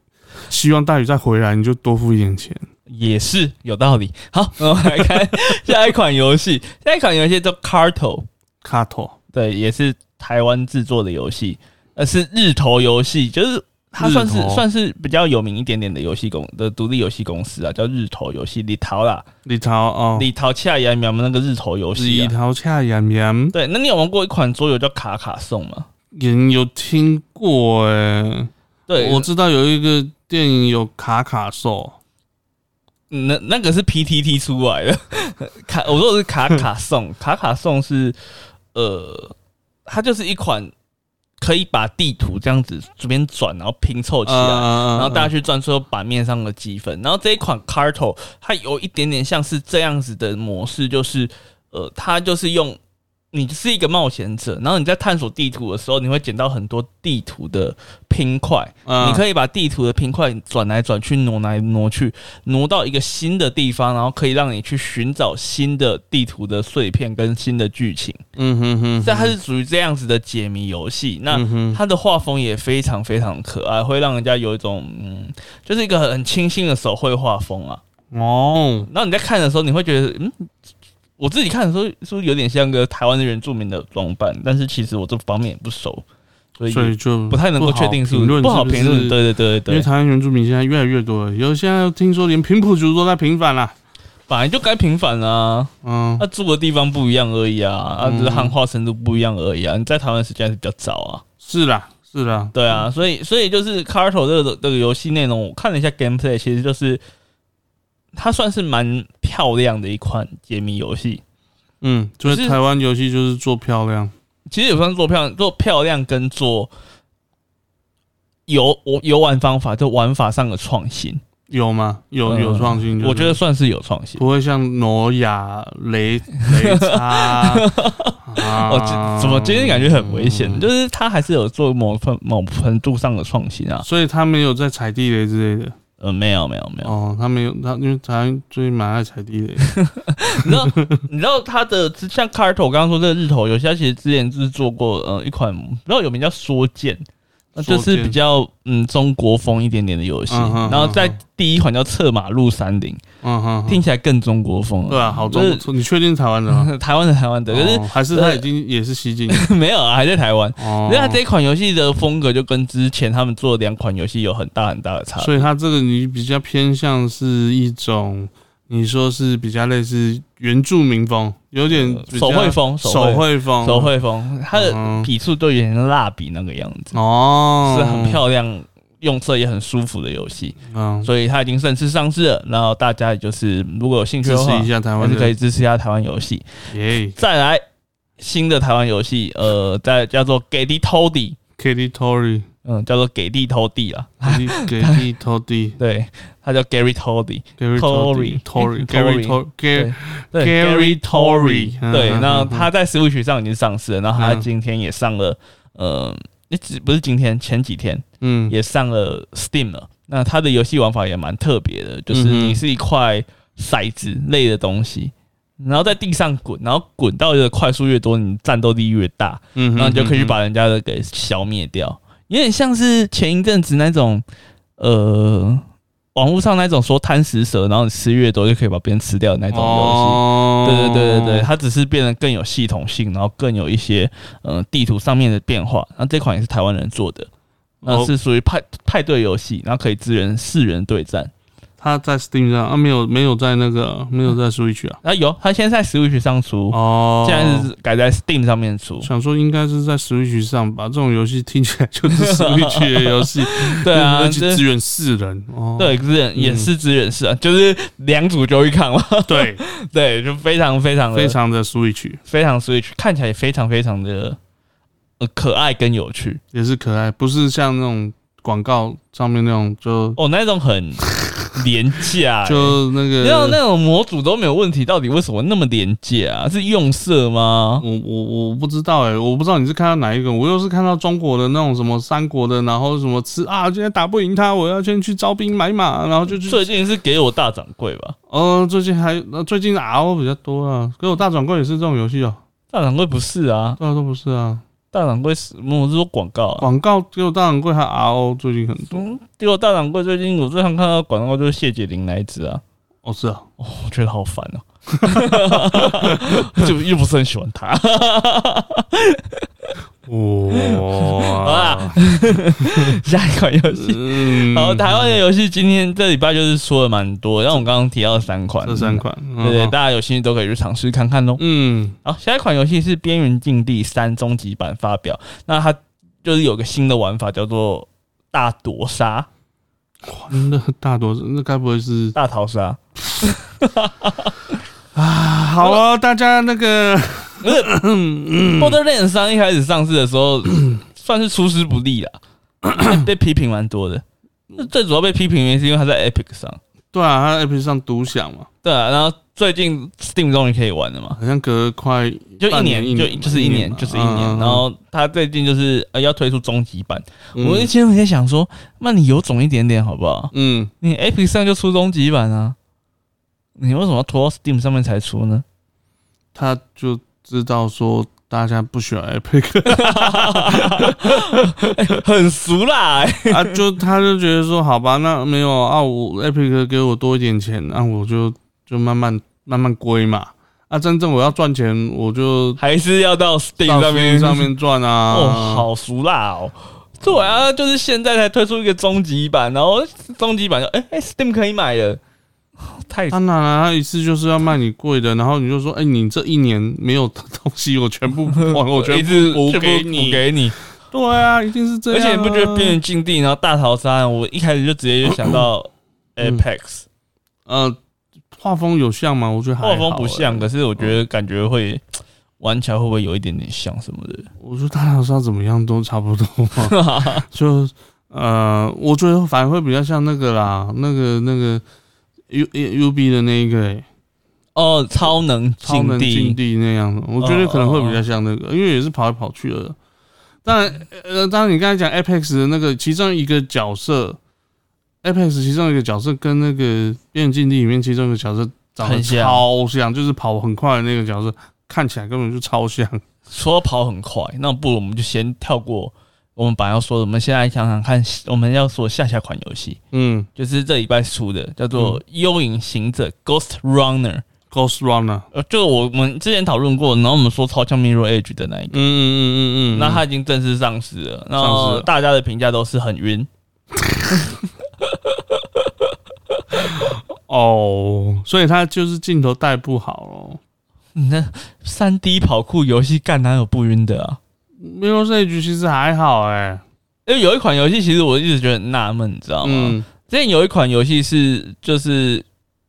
Speaker 1: 希望大鱼再回来，你就多付一点钱。
Speaker 2: 也是有道理。好，我们来看下一款游戏，下一款游戏叫 Carto，
Speaker 1: 卡头
Speaker 2: 对，也是台湾制作的游戏，呃，是日头游戏，就是它算是
Speaker 1: 日头
Speaker 2: 算是比较有名一点点的游戏公的独立游戏公司啊，叫日头游戏，李桃啦，
Speaker 1: 李桃哦，
Speaker 2: 李桃恰雅苗苗那个日头游戏
Speaker 1: 李
Speaker 2: 啊。
Speaker 1: 桃恰洋洋
Speaker 2: 对，那你有玩过一款桌游叫卡卡颂吗？
Speaker 1: 也有听过哎、
Speaker 2: 对，
Speaker 1: 我
Speaker 2: 我
Speaker 1: 知道有一个电影有卡卡兽，
Speaker 2: 那那个是 PTT 出来的 卡，我说的是卡卡 颂，卡卡颂是呃，它就是一款可以把地图这样子随便转，然后拼凑起来，
Speaker 1: 然
Speaker 2: 然后大家
Speaker 1: 家
Speaker 2: 去赚出版面上的积分。然后这一款 Carto 它有一点点像是这样子的模式，就是呃，它就是用你是一个冒险者，然后你在探索地图的时候，你会捡到很多地图的拼块，
Speaker 1: 呃嗯
Speaker 2: 你可以把地图的拼块转来转去、挪来挪去，挪到一个新的地方，然后可以让你去寻找新的地图的碎片跟新的剧情。
Speaker 1: 嗯哼哼，
Speaker 2: 但它是属于这样子的解谜游戏。那
Speaker 1: 嗯哼
Speaker 2: 它的画风也非常非常可爱，会让人家有一种嗯，就是一个很清新的手绘画风啊。
Speaker 1: 哦，
Speaker 2: 然后你在看的时候，你会觉得嗯，我自己看的时候是不是有点像个台湾的原住民的装扮？但是其实我这方面也不熟，所以
Speaker 1: 所以就
Speaker 2: 不太能够确定是不是
Speaker 1: 不
Speaker 2: 不
Speaker 1: 好
Speaker 2: 好
Speaker 1: 评
Speaker 2: 评
Speaker 1: 论是
Speaker 2: 论。
Speaker 1: 不是，
Speaker 2: 对对对
Speaker 1: 因为
Speaker 2: 对对，
Speaker 1: 台湾原住民现在越来越多了，有现在听说连平埔族都在平反了，
Speaker 2: 本来就该平反啊，
Speaker 1: 嗯
Speaker 2: 那、，住的地方不一样而已啊，啊，
Speaker 1: 嗯
Speaker 2: 只是汉化程度不一样而已啊。你在台湾时间还是比较早啊。
Speaker 1: 是啦是啦，
Speaker 2: 对啊，所以所以就是 Carto 这个这个游戏内容，我看了一下 gameplay，其实就是它算是蛮漂亮的一款解谜游戏。
Speaker 1: 嗯，就
Speaker 2: 可
Speaker 1: 是
Speaker 2: 是
Speaker 1: 台湾游戏就是做漂亮，
Speaker 2: 其实也不算做漂亮，做漂亮跟做游我游玩方法，就玩法上的创新，
Speaker 1: 有吗？有
Speaker 2: 嗯
Speaker 1: 有创新、就是
Speaker 2: 我觉得算是有创新。
Speaker 1: 不会像挪亚、雷雷 叉。啊
Speaker 2: 哦，今怎么今天感觉很危险？就是他还是有做某份某程度上的创新啊。
Speaker 1: 所以他没有在踩地雷之类的
Speaker 2: 呃，没有没有没有，
Speaker 1: 哦，他没有他，因为他最近蛮爱踩地 雷的。
Speaker 2: 你知道你知道他的像 Carto，我刚刚说这个日头游戏，它其实之前就是做过呃一款比较有名叫《缩剑》呃，
Speaker 1: 缩
Speaker 2: 就
Speaker 1: 剑
Speaker 2: 是比较嗯中国风一点点的游戏。
Speaker 1: 嗯哼
Speaker 2: 然后在
Speaker 1: 嗯哼
Speaker 2: 第一款叫《策马路山林
Speaker 1: 嗯哼，》，哼
Speaker 2: 听起来更中国风了。
Speaker 1: 对啊，好
Speaker 2: 就
Speaker 1: 中国，你确定是台湾的 吗？
Speaker 2: 是台湾的台湾的，可
Speaker 1: 哦还是他已经也是西 进
Speaker 2: 是 没有啊，还在台湾。
Speaker 1: 哦，
Speaker 2: 那这款游戏的风格就跟之前他们做的两款游戏有很大很大的差别。
Speaker 1: 所以他这个你比较偏向是一种，你说是比较类似原住民风，有点比较
Speaker 2: 呃手绘风手绘
Speaker 1: 手绘风，
Speaker 2: 手绘风，它
Speaker 1: 嗯
Speaker 2: 的笔触都有点像蜡笔那个样子，
Speaker 1: 哦，
Speaker 2: 是很漂亮，用色也很舒服的游戏，
Speaker 1: 嗯，
Speaker 2: 所以它已经正式上市了。然后大家也就是如果有兴
Speaker 1: 嗯
Speaker 2: 趣
Speaker 1: 支
Speaker 2: 的
Speaker 1: 持
Speaker 2: 话
Speaker 1: 一，下台
Speaker 2: 还
Speaker 1: 湾
Speaker 2: 是可
Speaker 1: 的
Speaker 2: 以支持一下台湾游戏。
Speaker 1: 耶
Speaker 2: 再来新的台湾游戏，呃，在叫做给地偷地，
Speaker 1: ，Kitty Tory，
Speaker 2: 嗯，叫做给地偷地啊，
Speaker 1: 给地投地
Speaker 2: 对，它叫 Gary 偷地，
Speaker 1: ，Gary
Speaker 2: Tory
Speaker 1: Tory
Speaker 2: Tory
Speaker 1: Gary Tory Gary，
Speaker 2: 对
Speaker 1: Gary Tory，嗯
Speaker 2: 对，
Speaker 1: 嗯
Speaker 2: 那
Speaker 1: 嗯
Speaker 2: 他在 Switch 上已经上市了，然后他
Speaker 1: 嗯
Speaker 2: 今天也上了，呃，也只不是今天，前几天
Speaker 1: 嗯
Speaker 2: 也上了 Steam 了。那它的游戏玩法也蛮特别的，就是
Speaker 1: 嗯哼
Speaker 2: 你是一块骰子类的东西，然后在地上滚，然后滚到的快速越多，你战斗力越大，
Speaker 1: 嗯，
Speaker 2: 然后你就可以去
Speaker 1: 嗯
Speaker 2: 把人家的给消灭掉，有点像是前一阵子那种，呃。网络上那种说贪食蛇，然后你吃越多就可以把别人吃掉的那种游戏，
Speaker 1: 哦
Speaker 2: 对对对对对，，它只是变得更有系统性，然后更有一些呃地图上面的变化。那这款也是台湾人做的，那
Speaker 1: 哦
Speaker 2: 是属于派派对游戏，然后可以支援四人对战。
Speaker 1: 他在 Steam 上啊，没有没有在那个没有在 Switch 啊，
Speaker 2: 啊有，它现在在 Switch 上出，
Speaker 1: 哦，
Speaker 2: 现在是改在 Steam 上面出。
Speaker 1: 想说应该是在 Switch 上吧，这种游戏听起来就是 Switch 的游戏，
Speaker 2: 对啊，
Speaker 1: 而且
Speaker 2: 这
Speaker 1: 支援四人，哦，
Speaker 2: 对支援也是支援是啊，就是两组就一抗嘛。
Speaker 1: 对，
Speaker 2: 对，就非常非常的
Speaker 1: 哦非常的 Switch，
Speaker 2: 非常 Switch，看起来也非常非常的呃可爱跟有趣。
Speaker 1: 也是可爱，不是像那种广告上面那种就
Speaker 2: 哦，那 种很廉价欸、
Speaker 1: 就那
Speaker 2: 你知道那
Speaker 1: 个，
Speaker 2: 种模组都没有问题，到底为什么那么廉价啊？是用色吗？
Speaker 1: 我我我不知道哎、我不知道你是看到哪一个，我又是看到中国的那种什么三国的，然后什么吃啊，今天打不赢他，我要先去招兵买马，然后嗯就去
Speaker 2: 最近是给我大掌柜吧？
Speaker 1: 哦，最近还呃最近 RO 比较多啊，可我大转柜也是这种游戏哦，
Speaker 2: 大掌柜不是啊，
Speaker 1: 对啊，都不是啊，
Speaker 2: 大掌柜是我是说广告啊。
Speaker 1: 广告只有大转柜和 RO 最近很多
Speaker 2: 嗯，给我大掌柜最近我最常看到的广告就是谢姐玲那一只啊，
Speaker 1: 哦，是啊，
Speaker 2: 我觉得好烦哦、 就又不是很喜欢他。 好
Speaker 1: 哇
Speaker 2: 啦，下一款游戏，
Speaker 1: 嗯
Speaker 2: 好，台湾的游戏今天这礼拜就是说了蛮多，然后我刚刚提到三款，
Speaker 1: 这三，款，
Speaker 2: 对对，
Speaker 1: 嗯
Speaker 2: 大家有兴趣都可以去尝试看看喽。
Speaker 1: 嗯
Speaker 2: 好，下一款游戏是《边缘境地三》终极版发表，那它就是有个新的玩法叫做大夺杀、
Speaker 1: 哇那大多那该不会是
Speaker 2: 大逃杀，
Speaker 1: 啊好啊，大家那个
Speaker 2: 不是《Borderlands
Speaker 1: 嗯
Speaker 2: 三》一开始上市的 时候算是出师不利啦，被批评蛮多的。
Speaker 1: 嗯
Speaker 2: 那最主要被批评原因是因为它在 Epic 上，
Speaker 1: 对啊，他 App 上独享嘛，
Speaker 2: 对啊，然后最近 Steam 终于可以玩了嘛，
Speaker 1: 好像隔快
Speaker 2: 就一
Speaker 1: 半
Speaker 2: 年
Speaker 1: 年一
Speaker 2: 就
Speaker 1: 年嘛
Speaker 2: 就是一
Speaker 1: 一年
Speaker 2: 年
Speaker 1: 嘛
Speaker 2: 就是一年
Speaker 1: 嗯嗯，嗯
Speaker 2: 然后它最近就是呃要推出终极版，我一
Speaker 1: 嗯
Speaker 2: 前我在想说，那你有种一点点好不好？
Speaker 1: 嗯，
Speaker 2: 你 App 上就出终极版啊，你为什么要拖到 Steam 上面才 出呢？
Speaker 1: 他就知道说大家不喜欢 App
Speaker 2: 哎很俗啦、欸，
Speaker 1: 啊，就他就觉得说好吧，那没有啊，我 Epic 给我多一点钱，那、我就就慢慢慢慢归嘛。啊，真正我要赚钱，我就
Speaker 2: 还是要到 Steam
Speaker 1: 到
Speaker 2: 上
Speaker 1: Steam
Speaker 2: 面
Speaker 1: 上面赚啊。
Speaker 2: 哦，好俗啦哦。对啊，就是现在才推出一个终极版，然后终极版就哎哎、Steam 可以买了，啊太
Speaker 1: 当然啊了，他一次就是要卖你贵的，然后你就说，哎、你这一年没有东西，我全部 还，我全
Speaker 2: 一
Speaker 1: 部
Speaker 2: 直
Speaker 1: 补
Speaker 2: 全部
Speaker 1: 给
Speaker 2: 补
Speaker 1: 你
Speaker 2: 给你，
Speaker 1: 对啊，一定是这
Speaker 2: 而
Speaker 1: 样、
Speaker 2: 且你不觉得边？缘境地，然后大逃杀，我一开始就直接就想 到嗯 Apex，
Speaker 1: 呃，画风有像吗？我觉得还好
Speaker 2: 画风不像，
Speaker 1: 欸。
Speaker 2: 可是我觉得感觉会玩起来会不会有一点点像什么的？
Speaker 1: 我觉得大逃杀怎么样都差不多嘛，就呃，我觉得反而会比较像那个啦，那个那个 U U B 的那一个、欸
Speaker 2: 哦，超能
Speaker 1: 超
Speaker 2: 境
Speaker 1: 能
Speaker 2: 地
Speaker 1: 境地哦那样的，我觉得可能会比较像那个，因为也是跑来跑去的。当然，呃，当然你刚才讲 Apex 的那个其中一个角色，Apex 其中一个角色跟那个《边缘禁地》里面其中一个角色长得
Speaker 2: 很像
Speaker 1: 超像，就是跑很快的那个角色，看起来根本就超像。
Speaker 2: 说到跑很快，那不如我们就先跳过我们本来要说的，我们现在想想看，我们要说下下款游戏，
Speaker 1: 嗯
Speaker 2: 就是这礼拜出的，叫做《幽影行者》（Ghost Runner）。
Speaker 1: ，Ghost Runner，
Speaker 2: 呃，就我们之前讨论过，然后我们说超像 Mirror Edge 的那一
Speaker 1: 嗯嗯嗯
Speaker 2: 个，
Speaker 1: 嗯嗯，
Speaker 2: 那它已经正式上市了，然
Speaker 1: 上市
Speaker 2: 后
Speaker 1: 了
Speaker 2: 大家的评价都是很晕。
Speaker 1: 哦，所以他就是镜头带不好哦。
Speaker 2: 你那三 D 跑酷游戏干哪有不晕的啊？
Speaker 1: Mirror Edge 其实还好哎、
Speaker 2: 因为有一款游戏，其实我一直觉得很纳闷，你知道吗？
Speaker 1: 嗯，
Speaker 2: 之前有一款游戏是就是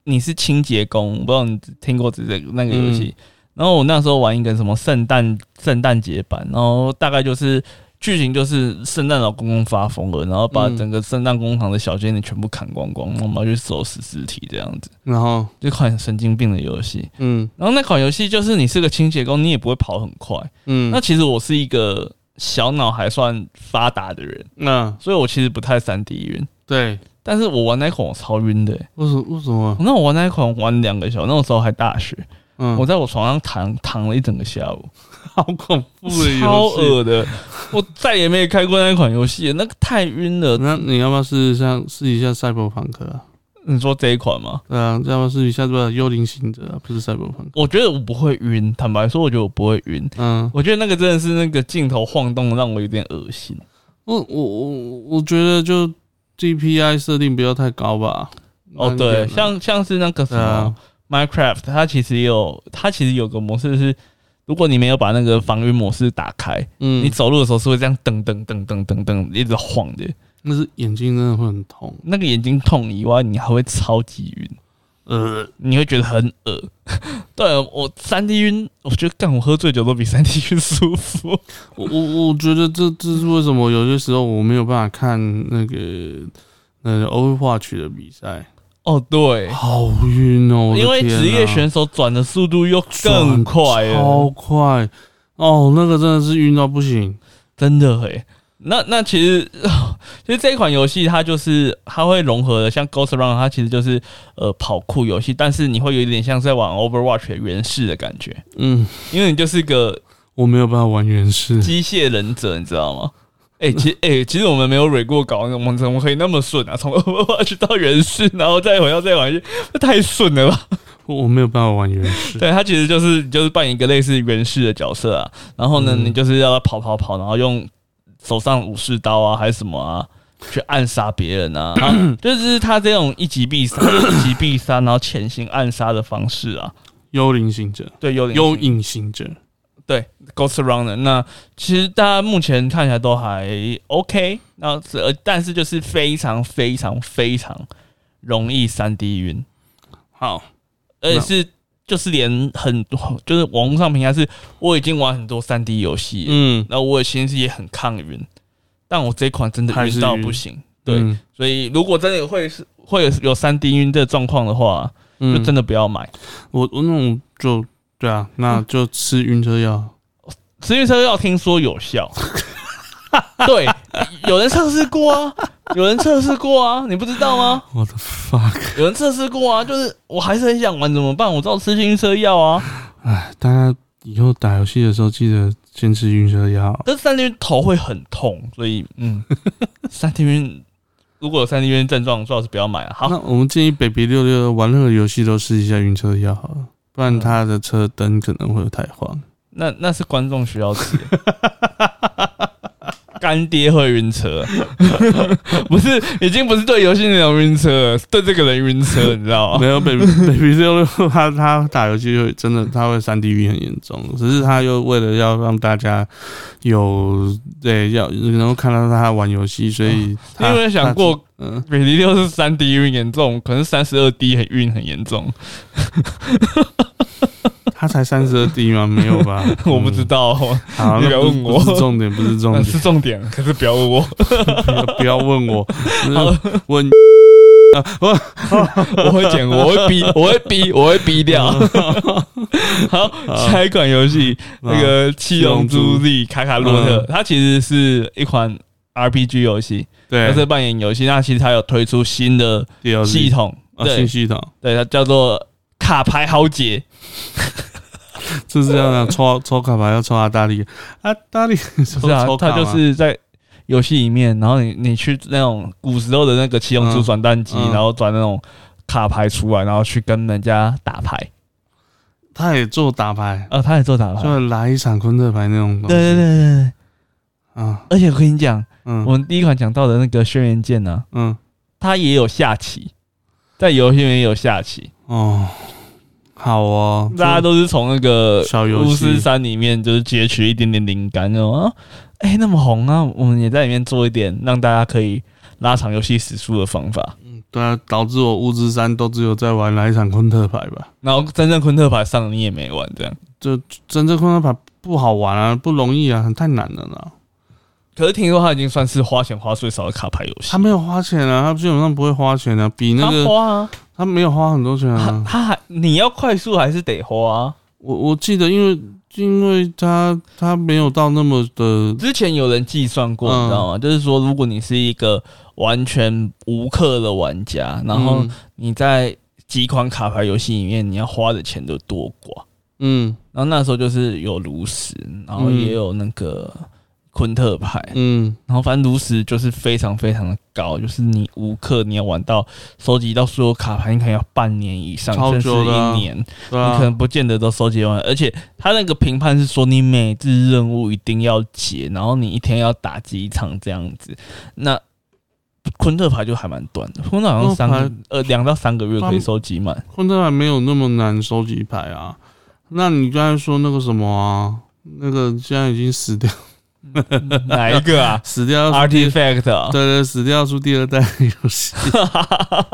Speaker 2: 你是清洁工，我不知道你听过这这那个游戏。
Speaker 1: 嗯
Speaker 2: 然后我那时候玩一个什么圣诞圣诞节版，然后大概就是剧情就是圣诞老公公发疯了，然后把
Speaker 1: 嗯
Speaker 2: 整个圣诞工厂的小精灵全部砍光光，然后我们要去收拾尸体这样子，
Speaker 1: 然后
Speaker 2: 这款神经病的游戏。
Speaker 1: 嗯
Speaker 2: 然后那款游戏就是你是个清洁工，你也不会跑很快。
Speaker 1: 嗯，
Speaker 2: 那其实我是一个小脑还算发达的人，
Speaker 1: 那
Speaker 2: 所以我其实不太三 D 晕。
Speaker 1: 对，
Speaker 2: 但是我玩那一款我超晕的、欸，
Speaker 1: 为什么为什么？
Speaker 2: 那我玩那一款玩两个小时，那个时候还大学，
Speaker 1: 嗯，
Speaker 2: 我在我床上躺躺了一整个 下午，
Speaker 1: 好恐怖的
Speaker 2: 超
Speaker 1: 游戏。
Speaker 2: 恶的，我再也没有开过那一款游戏，那个太晕了。
Speaker 1: 那你要不要试一下试一下赛博朋克啊？
Speaker 2: 你说这一款吗？
Speaker 1: 对啊，要不要试一下这个幽灵行者啊？不是赛博朋克。
Speaker 2: 我觉得我不会晕，坦白说，我觉得我不会晕。
Speaker 1: 嗯，
Speaker 2: 我觉得那个真的是那个镜头晃动让我有点恶心。
Speaker 1: 我我我我觉得就 GPI 设定不要太高吧。
Speaker 2: 哦，
Speaker 1: 慢一点
Speaker 2: 对，
Speaker 1: 啊
Speaker 2: 像像是那个什
Speaker 1: 对啊
Speaker 2: 么 Minecraft，它其实也有它其实有个模式是，如果你没有把那个防晕模式打开，
Speaker 1: 嗯，
Speaker 2: 你走路的时候是会这样噔噔噔噔噔噔一直晃的，
Speaker 1: 那是眼睛真的会很痛。
Speaker 2: 那个眼睛痛以外，你还会超级晕，
Speaker 1: 呃，
Speaker 2: 你会觉得很恶。 对啊我三 D 晕，我觉得干我喝醉酒都比三 D 晕 舒服。
Speaker 1: 我我我觉得这这是为什么有些时候我没有办法看那个那个 Overwatch 的比赛，
Speaker 2: 哦，对，
Speaker 1: 好晕哦！我的
Speaker 2: 因为
Speaker 1: 天啊
Speaker 2: 职业选手转的速度又更快
Speaker 1: 转超
Speaker 2: 了，
Speaker 1: 快哦，那个真的是晕到不行。
Speaker 2: 真的诶、那那其实， 其实这一款游戏它就是它会融合的，像 Ghost Run 它其实就是呃跑酷游戏，但是你会有一点像是在玩 Overwatch 的原始的感觉，
Speaker 1: 嗯，
Speaker 2: 因为你就是个
Speaker 1: 我没有办法玩原始，
Speaker 2: 机械忍者，你知道吗？哎、其实哎、其实我们没有蕊过稿，我们怎么可以那么顺啊？从 Overwatch 到人事，然后再回到再玩去，这太顺了吧？
Speaker 1: 我没有办法玩原始。
Speaker 2: 对，他其实就是你就是扮演一个类似原氏的角色啊，然后呢，
Speaker 1: 嗯
Speaker 2: 你就是要跑跑跑，然后用手上武士刀啊还是什么啊，去暗杀别人啊，然后就是他这种一击必杀、一击必杀，然后潜行暗杀的方式啊。
Speaker 1: 幽灵行者，
Speaker 2: 对，幽灵
Speaker 1: 幽影行者，
Speaker 2: Ghost Runner。那其实大家目前看起来都还 OK，那是呃，但是就是非常非常非常容易三 D 晕，
Speaker 1: 好，
Speaker 2: 而且是就是连很多就是网络上评价是我已经玩很多三 D 游戏了，
Speaker 1: 嗯，
Speaker 2: 那、我也其实也很抗晕，但我这一款真的
Speaker 1: 还是
Speaker 2: 晕到
Speaker 1: 晕
Speaker 2: 不行。对，
Speaker 1: 嗯，
Speaker 2: 所以如果真的会是会有有三 D 晕的状况的话，就
Speaker 1: 嗯
Speaker 2: 真的不要买。
Speaker 1: 我我那种就对啊，
Speaker 2: 嗯
Speaker 1: 那就吃晕车药。
Speaker 2: 吃晕车药听说有效，对，有人测试过啊，有人测试过啊，你不知道吗？
Speaker 1: 我的 fuck！
Speaker 2: 有人测试过啊，就是我还是很想玩，怎么办？我知道吃晕车药啊，
Speaker 1: 哎，大家以后打游戏的时候记得先吃晕车药。
Speaker 2: 但是三 D 晕头会很痛，所以嗯，三 D 晕如果有三 D 晕症状，最好是不要买了。好，
Speaker 1: 那我们建议 baby 六六玩任何游戏都试一下晕车药好了，不然他的车灯可能会有太晃。
Speaker 2: 那那是观众需要吃。干爹会晕车， 不是，已经不是对游戏内容晕车了，是对这个人晕车，你知道吗
Speaker 1: 没？有 baby baby 六六，他他打游戏会真的他会三 D 晕很严重，只是他又为了要让大家有对要能够看到他玩游戏，所以
Speaker 2: 哦你
Speaker 1: 他
Speaker 2: 有没有想过，
Speaker 1: 他嗯，
Speaker 2: 比利六是三 D 晕严重，可能三十二 D 很晕很严重。？
Speaker 1: 他才三十二 D 吗？没有吧
Speaker 2: 我不知道，
Speaker 1: 嗯。好，
Speaker 2: 你不
Speaker 1: 那
Speaker 2: 要
Speaker 1: 不是
Speaker 2: 问我
Speaker 1: 不是重点，不是重
Speaker 2: 那
Speaker 1: 点，
Speaker 2: 是重点，可是不要问我，
Speaker 1: 不要不要问我， 问
Speaker 2: 我会剪，我会逼， 我会逼，我会逼掉。嗯 好，下一款游戏那
Speaker 1: 啊
Speaker 2: 个《七龙珠嗯 Z 卡卡洛特》，它其实是一款 RPG 游戏，角
Speaker 1: 对
Speaker 2: 色扮演游戏。那其实它有推出新的
Speaker 1: DLC
Speaker 2: 系统，
Speaker 1: 啊，新
Speaker 2: 对
Speaker 1: 系统，
Speaker 2: 对，它叫做卡牌豪杰。
Speaker 1: 这是 要样啊抽抽卡牌要抽阿大力，阿大力
Speaker 2: 不是啊
Speaker 1: 抽，卡
Speaker 2: 它
Speaker 1: 吗
Speaker 2: 就是在游戏里面，然后你你去那种古时候的那个七龙珠
Speaker 1: 嗯
Speaker 2: 转蛋机，
Speaker 1: 嗯
Speaker 2: 然后转那种卡牌出来，然后去跟人家打牌。
Speaker 1: 他也做打牌，
Speaker 2: 呃，他也做打牌。
Speaker 1: 就来一场昆特牌那种东西。
Speaker 2: 对对对对对，
Speaker 1: 啊，
Speaker 2: 而且我跟你讲，
Speaker 1: 嗯
Speaker 2: 我们第一款讲到的那个轩辕剑呢，
Speaker 1: 嗯
Speaker 2: 它也有下棋，在游戏里面也有下棋，
Speaker 1: 哦，好哦，
Speaker 2: 大家都是从那个
Speaker 1: 小游戏
Speaker 2: 巫师三里面就是截取一点点灵感，然后啊，哎、那么红啊，我们也在里面做一点让大家可以拉长游戏时速的方法。
Speaker 1: 对啊，导致我乌之山都只有在玩来一场昆特牌吧。
Speaker 2: 然后真正昆特牌上你也没玩，这样。
Speaker 1: 真正昆特牌不好玩啊，不容易啊，太难了啦。
Speaker 2: 可是听说它已经算是花钱花最少的卡牌游戏
Speaker 1: 他。没有花钱啊，他基本上不会花钱啊，比那
Speaker 2: 它
Speaker 1: 个
Speaker 2: 花啊，
Speaker 1: 他没有花很多钱
Speaker 2: 它
Speaker 1: 啊。
Speaker 2: 它还你要快速还是得花啊。
Speaker 1: 我我记得，因为因为他他没有到那么的
Speaker 2: 之前有人计算过，
Speaker 1: 嗯
Speaker 2: 你知道吗？就是说，如果你是一个完全无氪的玩家，然后
Speaker 1: 嗯
Speaker 2: 你在几款卡牌游戏里面，你要花的钱都多寡。
Speaker 1: 嗯
Speaker 2: 然后那时候就是有炉石，然后
Speaker 1: 嗯
Speaker 2: 也有那个昆特牌，
Speaker 1: 嗯
Speaker 2: 然后反正炉石就是非常非常的高，就是你无氪你要玩到收集到所有卡牌，你可能要半年以上，
Speaker 1: 超
Speaker 2: 甚至
Speaker 1: 久的啊
Speaker 2: 一年，
Speaker 1: 对
Speaker 2: 你可
Speaker 1: 啊，
Speaker 2: 能不见得都收集完。而且他那个评判是说，你每日任务一定要解，然后你一天要打几场这样子。那昆特牌就还蛮短的，昆特好像三
Speaker 1: 昆
Speaker 2: 个
Speaker 1: 特
Speaker 2: 呃两到三个月可以收 集满。
Speaker 1: 昆特牌没有那么难收集牌啊。那你刚才说那个什么啊，那个现在已经死掉，
Speaker 2: 哪一个 啊
Speaker 1: 死掉要出第
Speaker 2: ？Artifact 啊
Speaker 1: 对对，死掉要出第二代的游戏， 啊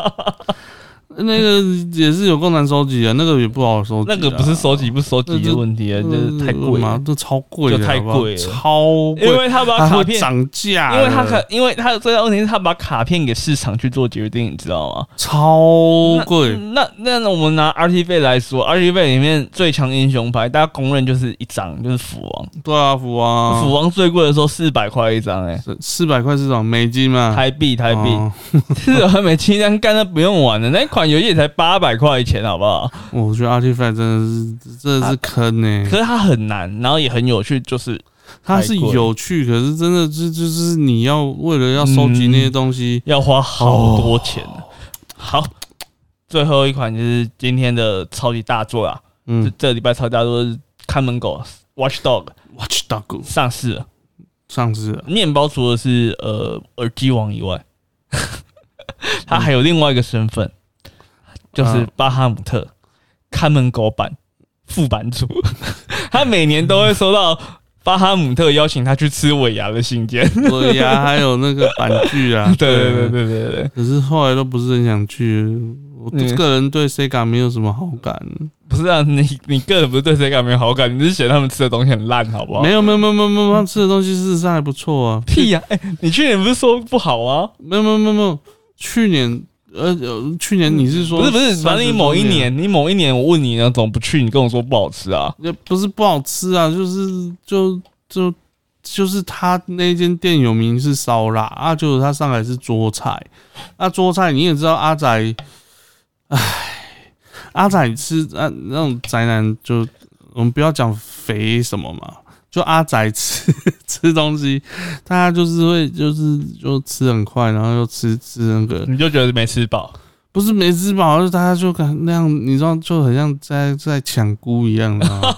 Speaker 1: 那个也是有够难收集啊，那个也不好收集啊、
Speaker 2: 那个不是收集不收集的问题啊，就是太贵
Speaker 1: 嘛
Speaker 2: 了，，
Speaker 1: 这超贵的，
Speaker 2: 就太
Speaker 1: 好不好
Speaker 2: 贵了
Speaker 1: 超贵，
Speaker 2: 因为他把
Speaker 1: 它
Speaker 2: 卡
Speaker 1: 会
Speaker 2: 片。
Speaker 1: 涨价
Speaker 2: 因
Speaker 1: 了，
Speaker 2: 为他可，因为他的最大问题是他把卡片给市场去做决定，你知道吗？
Speaker 1: 超贵，
Speaker 2: 那嗯那那我们拿 RTV 来说，RTV 里面最强英雄牌，大家公认就是一张，就是斧王。
Speaker 1: 对啊，福啊，
Speaker 2: 斧王最贵的时候四百块一张，哎，
Speaker 1: 四百块是种美金嘛，
Speaker 2: 台币台币，
Speaker 1: 啊 哦
Speaker 2: 这很美清单干那不用玩的，那一款游戏也才八百块钱，好不好？
Speaker 1: 我觉得 Artifact 真的是真的
Speaker 2: 啊
Speaker 1: 是坑呢、
Speaker 2: 可是它很难，然后也很有趣，就是
Speaker 1: 它是有趣，可是真的就就是你要为了要收集那些东西，
Speaker 2: 要花好
Speaker 1: 哦
Speaker 2: 多钱呢。好，最后一款就是今天的超级大作啊，
Speaker 1: 嗯
Speaker 2: 这这礼拜超级大作是看门狗 Watch Dog
Speaker 1: ，Watch Dog
Speaker 2: 上市了。
Speaker 1: 上啊市了，
Speaker 2: 面包除了是呃耳机王以 外，他还有另外一个身份，就是巴哈姆特看门狗版副版主， 他每年都会收到巴哈姆特邀请他去吃尾牙的信 件。，
Speaker 1: 对呀，还有那个板剧啊
Speaker 2: 对对对。对对对，
Speaker 1: 可是后来都不是很想去，我
Speaker 2: 嗯
Speaker 1: 个人对 Sega 没有什么好感。
Speaker 2: 不是啊，你你个人不是对谁感没有好感，你是嫌他们吃的东西很烂，好不好？
Speaker 1: 没有没有没有没有没有，他吃的东西事实上还不错啊。
Speaker 2: 屁呀、哎、你去年不是说不好啊吗？
Speaker 1: 没有没有没有没有，去年呃呃，去年你是说
Speaker 2: 嗯不是不是，反正你某一
Speaker 1: 30周
Speaker 2: 年，你某一年我问你，你怎么不去？你跟我说不好吃啊？
Speaker 1: 也不是不好吃啊，就是就就就是他那间店有名是烧腊啊，就是他上来是桌菜，那、桌菜你也知道阿仔，唉，阿仔吃啊那种宅男就我们不要讲肥什么嘛。就阿仔吃 吃东西，他就是会就是就吃很快，然后又吃吃那个，
Speaker 2: 你就觉得没吃饱？
Speaker 1: 不是没吃饱，就是大家就感那样，你知道，就很像在在抢菇一样，你知道 吗？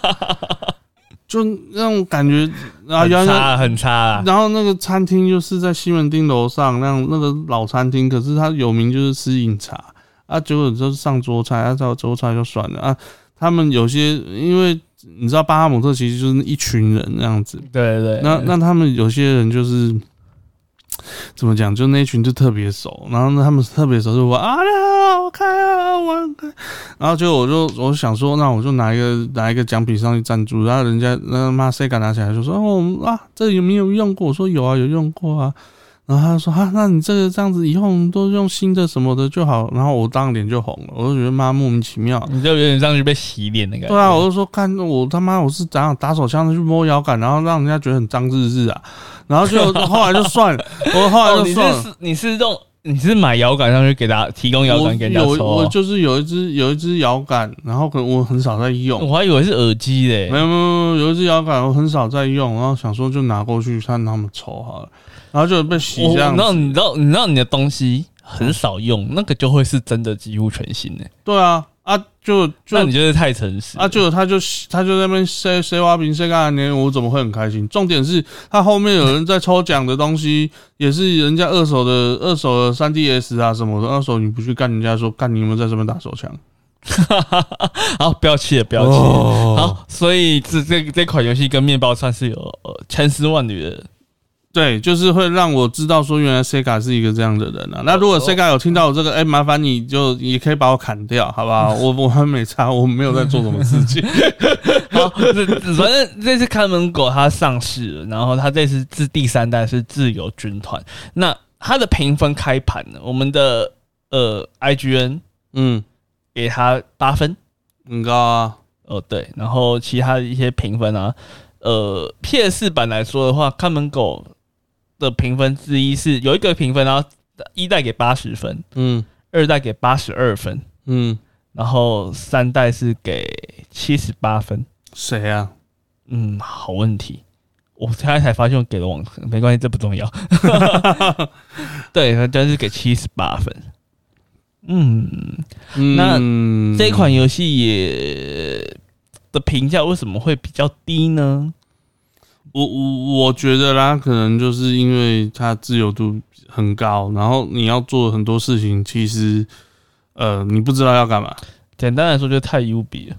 Speaker 1: 就那种感觉，然后
Speaker 2: 很
Speaker 1: 然
Speaker 2: 差
Speaker 1: 后
Speaker 2: 啊很差啊！
Speaker 1: 然后那个餐厅就是在西门町楼上，那样那个老餐厅，可是它有名就是吃饮茶啊，结果就是上桌菜，啊，到桌菜就算了啊。他们有些因为你知道巴哈姆特其实就是一群人那样子，
Speaker 2: 对对对，嗯
Speaker 1: 那那他们有些人就是，怎么讲，就那一群就特别熟，然后呢他们特别熟就我啊，我开啊，我开，然后就我就我想说，那我就拿一个拿一个奖品上去赞助，然后人家那妈 C 敢拿起来就说哦我们啊，这有没有用过？我说有啊，有用过啊。然后他就说啊，那你这个这样子以后我们都用新的什么的就好。然后我当脸就红了，我就觉得妈莫名其妙。
Speaker 2: 你就有点像是被洗脸的感觉。哦
Speaker 1: 对啊，我就说看我他妈我是怎样打手枪去摸摇杆，然后让人家觉得很脏日日啊，然后 就后来就算了，我后来
Speaker 2: 哦，
Speaker 1: 就
Speaker 2: 你
Speaker 1: 算了。
Speaker 2: 是你是用你是买摇杆上去给大家提供摇杆给大家
Speaker 1: 我
Speaker 2: 抽
Speaker 1: 有
Speaker 2: 哦、
Speaker 1: 我就是有一只有一只摇杆，然后可能我很少在用，
Speaker 2: 我还以为是耳机嘞、
Speaker 1: 没有没有没有有一只摇杆我很少在用，然后想说就拿过去看他们抽好了，然后就被洗
Speaker 2: 我
Speaker 1: 这样
Speaker 2: 然
Speaker 1: 子。
Speaker 2: 后你知道你知道你的东西很少用，那个就会是真的几乎全新诶、
Speaker 1: 对啊啊就就
Speaker 2: 那你就是太诚实
Speaker 1: 啊，就他就他就在那边塞塞花瓶塞干年，我怎么会很开心？重点是他后面有人在抽奖的东西，也是人家二手的二手的三 DS 啊什么的，二手你不去干人家说干你有没有在这边打手枪？
Speaker 2: 好，不要气了，不
Speaker 1: 不
Speaker 2: 要气了。
Speaker 1: 好，
Speaker 2: 好，所以这这这款游戏跟面包算是有呃千丝万缕的。
Speaker 1: 对，就是会让我知道说原来 Sega 是一个这样的人啊。那如果
Speaker 2: 哦
Speaker 1: Sega 有听到我这个，哎、麻烦你就也可以把我砍掉，好不好？我我还没差，我没有在做什么事情。
Speaker 2: 好，这这反正这次看门狗它上市了，然后它这次是第三代是自由军团。那它的评分开盘呢？我们的呃 IGN
Speaker 1: 嗯，
Speaker 2: 给它八分，
Speaker 1: 很高啊，
Speaker 2: 哦，对，然后其他的一些评分啊，呃，PS 版来说的话，看门狗的评分之一是有一个评分，然后一代给八十分，
Speaker 1: 嗯
Speaker 2: 二代给八十二分，
Speaker 1: 嗯，
Speaker 2: 然后三代是给七十八分。
Speaker 1: 谁啊？
Speaker 2: 嗯，好问题，我现在才发现我给了网，没关系，这不重要。 对，但、就是给七十八分。嗯，那
Speaker 1: 嗯
Speaker 2: 这款游戏也的评价为什么会比较低呢？
Speaker 1: 我我我觉得啦，可能就是因为它自由度很高，然后你要做很多事情，其实呃你不知道要干嘛，
Speaker 2: 简单来说，就太 U B 了。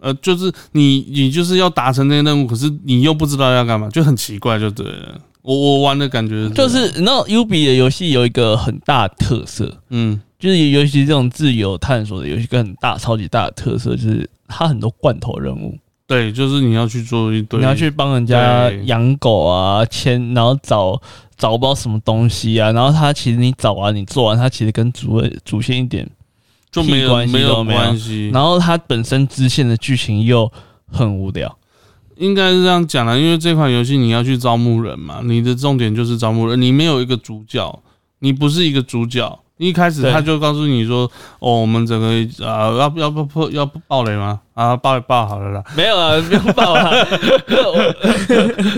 Speaker 1: 呃就是你你就是要达成那些任务，可是你又不知道要干嘛，就很奇怪，就对了。我我玩的感觉这
Speaker 2: 就
Speaker 1: 样
Speaker 2: 是你知道 U B 的游戏有一个很大的特色，
Speaker 1: 嗯
Speaker 2: 就是尤其这种自由探索的游戏，跟很大超级大的特色就是它很多罐头任务，
Speaker 1: 对，就是你要去做一堆，
Speaker 2: 你要去帮人家
Speaker 1: 对
Speaker 2: 养狗啊，牵，然后找找不到什么东西啊，然后它其实你找完你做完，它其实跟主主线一点，
Speaker 1: 就没
Speaker 2: 屁
Speaker 1: 有
Speaker 2: 关系
Speaker 1: 没有
Speaker 2: 都没有
Speaker 1: 关系，
Speaker 2: 然后它本身支线的剧情又很无聊。
Speaker 1: 应该是这样讲啦，因为这款游戏你要去招募人嘛，你的重点就是招募人，你没有一个主角，你不是一个主角。一开始
Speaker 2: 对
Speaker 1: 他就告诉你说，哦，我们整个啊、要不要不破要不爆雷吗？啊，爆一爆好了啦。
Speaker 2: 没有啊，不用报 啊。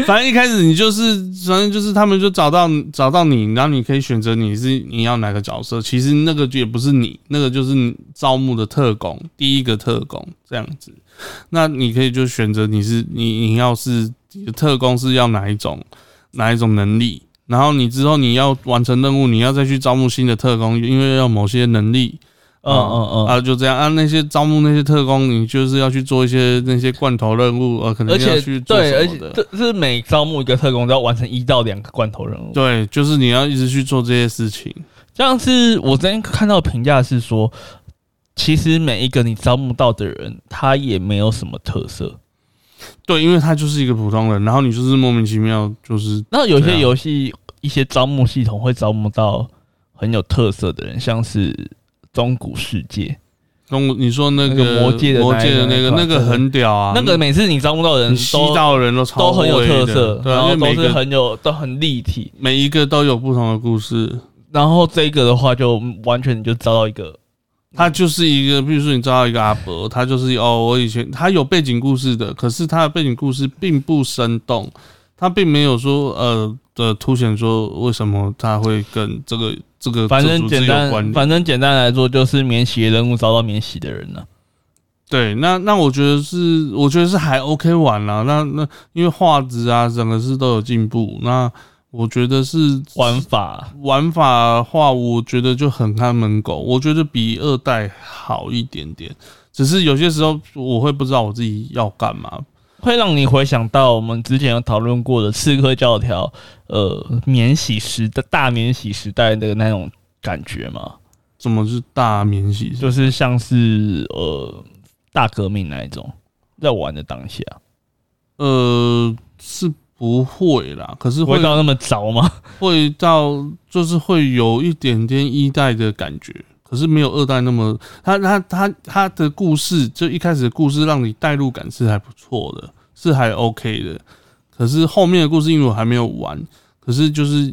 Speaker 1: 反正一开始你就是，反正就是他们就找到找到你，然后你可以选择你是你要哪个角色。其实那个就也不是你，那个就是你招募的特工，第一个特工这样子。那你可以就选择你是你你要是你的特工是要哪一种哪一种能力，然后你之后你要完成任务，你要再去招募新的特工，因为要某些能力。
Speaker 2: 嗯嗯嗯。
Speaker 1: 啊，就这样啊。那些招募那些特工，你就是要去做一些那些罐头任务，呃，可能
Speaker 2: 而
Speaker 1: 要
Speaker 2: 且
Speaker 1: 去做
Speaker 2: 对，而
Speaker 1: 什
Speaker 2: 且
Speaker 1: 么的。
Speaker 2: 这这是每招募一个特工都要完成一到两个罐头任务。
Speaker 1: 对，就是你要一直去做这些事情。
Speaker 2: 像是我昨天看到的评价是说，其实每一个你招募到的人，他也没有什么特色。
Speaker 1: 对，因为他就是一个普通人，然后你就是莫名其妙，就是
Speaker 2: 那有
Speaker 1: 对
Speaker 2: 些
Speaker 1: 啊
Speaker 2: 游戏、一些招募系统会招募到很有特色的人，像是《中古世界》
Speaker 1: 跟我你说那
Speaker 2: 那个魔戒的那
Speaker 1: 魔戒的那
Speaker 2: 那一
Speaker 1: 个
Speaker 2: 款
Speaker 1: 那个很屌啊，
Speaker 2: 那个每次你招募到的人
Speaker 1: 你
Speaker 2: 都
Speaker 1: 吸到的人都超
Speaker 2: 都很有
Speaker 1: 会
Speaker 2: 特
Speaker 1: 的
Speaker 2: 色，
Speaker 1: 对
Speaker 2: 然
Speaker 1: 啊，
Speaker 2: 后
Speaker 1: 因
Speaker 2: 都
Speaker 1: 为每
Speaker 2: 是
Speaker 1: 个
Speaker 2: 很有都很立体。
Speaker 1: 每一个都有不同的故事。
Speaker 2: 然后这个的话，就完全你就招到一个
Speaker 1: 他就是一个，比如说你招到一个阿伯，他就是哦，我以前他有背景故事的，可是他的背景故事并不生动，他并没有说呃的凸显说为什么他会跟这个这个
Speaker 2: 反
Speaker 1: 这
Speaker 2: 正
Speaker 1: 组织
Speaker 2: 简
Speaker 1: 有关
Speaker 2: 单，
Speaker 1: 联
Speaker 2: 反正简单来说就是免洗的任务遭到免洗的人了、啊
Speaker 1: 对，那那我觉得是，我觉得是还 OK 玩啦、那那因为画质啊，整个是都有进步。那我觉得是
Speaker 2: 玩法。
Speaker 1: 玩法的话，我觉得就很看门狗，我觉得比二代好一点点。只是有些时候我会不知道我自己要干嘛，
Speaker 2: 会让你回想到我们之前有讨论过的《刺客教条》呃免洗时的大免洗时代的那种感觉吗？
Speaker 1: 怎么是大免洗？
Speaker 2: 就是像是呃大革命那一种，在玩的当下
Speaker 1: 呃，是不会啦，可是
Speaker 2: 不会
Speaker 1: 会
Speaker 2: 到那么糟吗？
Speaker 1: 会到就是会有一点点一代的感觉，可是没有二代那么，他他他他的故事就一开始的故事让你代入感是还不错的，是还 OK 的，可是后面的故事因为我还没有玩，可是就是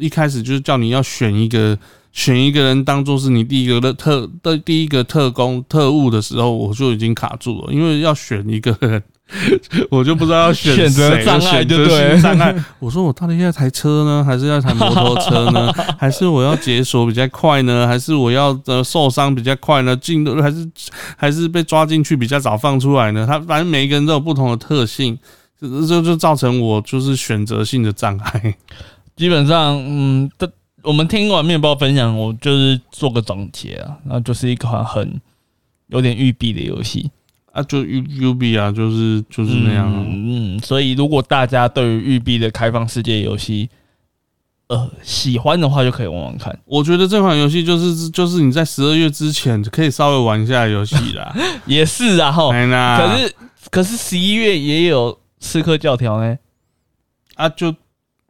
Speaker 1: 一开始就是叫你要选一个。选一个人当做是你第一个的特的第一个特工特务的时候，我就已经卡住了，因为要选一个人， 我就不知道要选
Speaker 2: 选择
Speaker 1: 谁
Speaker 2: 障碍
Speaker 1: 选
Speaker 2: 就
Speaker 1: 择
Speaker 2: 对
Speaker 1: 性障碍。我说我到底要一台车呢，还是要一台摩托车 呢？还是我要解锁比较快呢？还是我要呃受伤比较快呢？进入还是还是被抓进去比较早放出来呢？他反正每一个人都有不同的特性，这这就造成我就是选择性的障碍。
Speaker 2: 基本上，嗯，的我们听完面包分享，我就是做个总结啊，那就是一款很有点育碧的游戏，
Speaker 1: 啊，就 U U B 啊，就是就是那样、啊。
Speaker 2: 嗯，嗯所以如果大家对于育碧的开放世界游戏，呃，喜欢的话就可以玩玩看。
Speaker 1: 我觉得这款游戏就是就是你在十二月之前可以稍微玩一下的游戏 啦。
Speaker 2: 也是啊，吼，
Speaker 1: 哎啦，
Speaker 2: 可是可是十一月也有《刺客教条》呢，
Speaker 1: 啊，就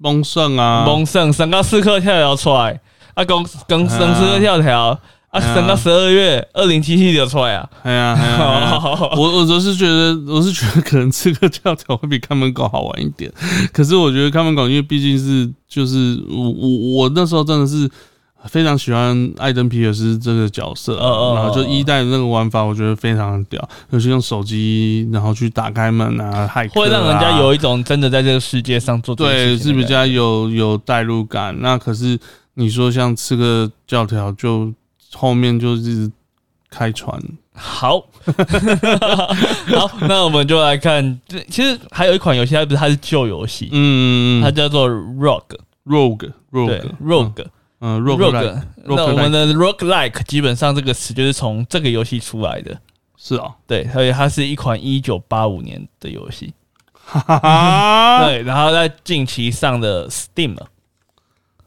Speaker 1: 蒙圣啊，
Speaker 2: 蒙圣升到《刺客教条》出来，啊，公更升《刺客教条》，啊，
Speaker 1: 嗯
Speaker 2: 升到十二月二零七七就出来啊。
Speaker 1: 哎呀，哎呀哎 呀 我我只是觉得，我是觉得可能刺客教条会比看门狗好玩一点。可是我觉得看门狗，因为毕竟是就是我我我那时候真的是非常喜欢艾登皮尔斯这个角色，
Speaker 2: 哦哦哦
Speaker 1: 然后就一代的那个玩法，我觉得非常屌，尤其用手机然后去打开门啊，骇客啊
Speaker 2: 会让人家有一种真的在这个世界上做这件
Speaker 1: 对
Speaker 2: 事
Speaker 1: 是
Speaker 2: 情
Speaker 1: 比
Speaker 2: 的感
Speaker 1: 较有有代入感。那可是你说像刺客教条，就后面就是开船，
Speaker 2: 觉好 好，那我们就来看，这其实还有一款游戏，它不是它是旧游戏，
Speaker 1: 嗯
Speaker 2: 它叫做 Rogue，
Speaker 1: ，rogue
Speaker 2: 对
Speaker 1: rogue
Speaker 2: Rogue
Speaker 1: 嗯 rogue
Speaker 2: Rogue，那我们的 Rogue Like 基本上这个词就是从这个游戏出来的，
Speaker 1: 是哦，
Speaker 2: 对，所以它是一款一九八五年的游戏，
Speaker 1: 哈哈哈。
Speaker 2: 对，然后在近期上的 Steam 了，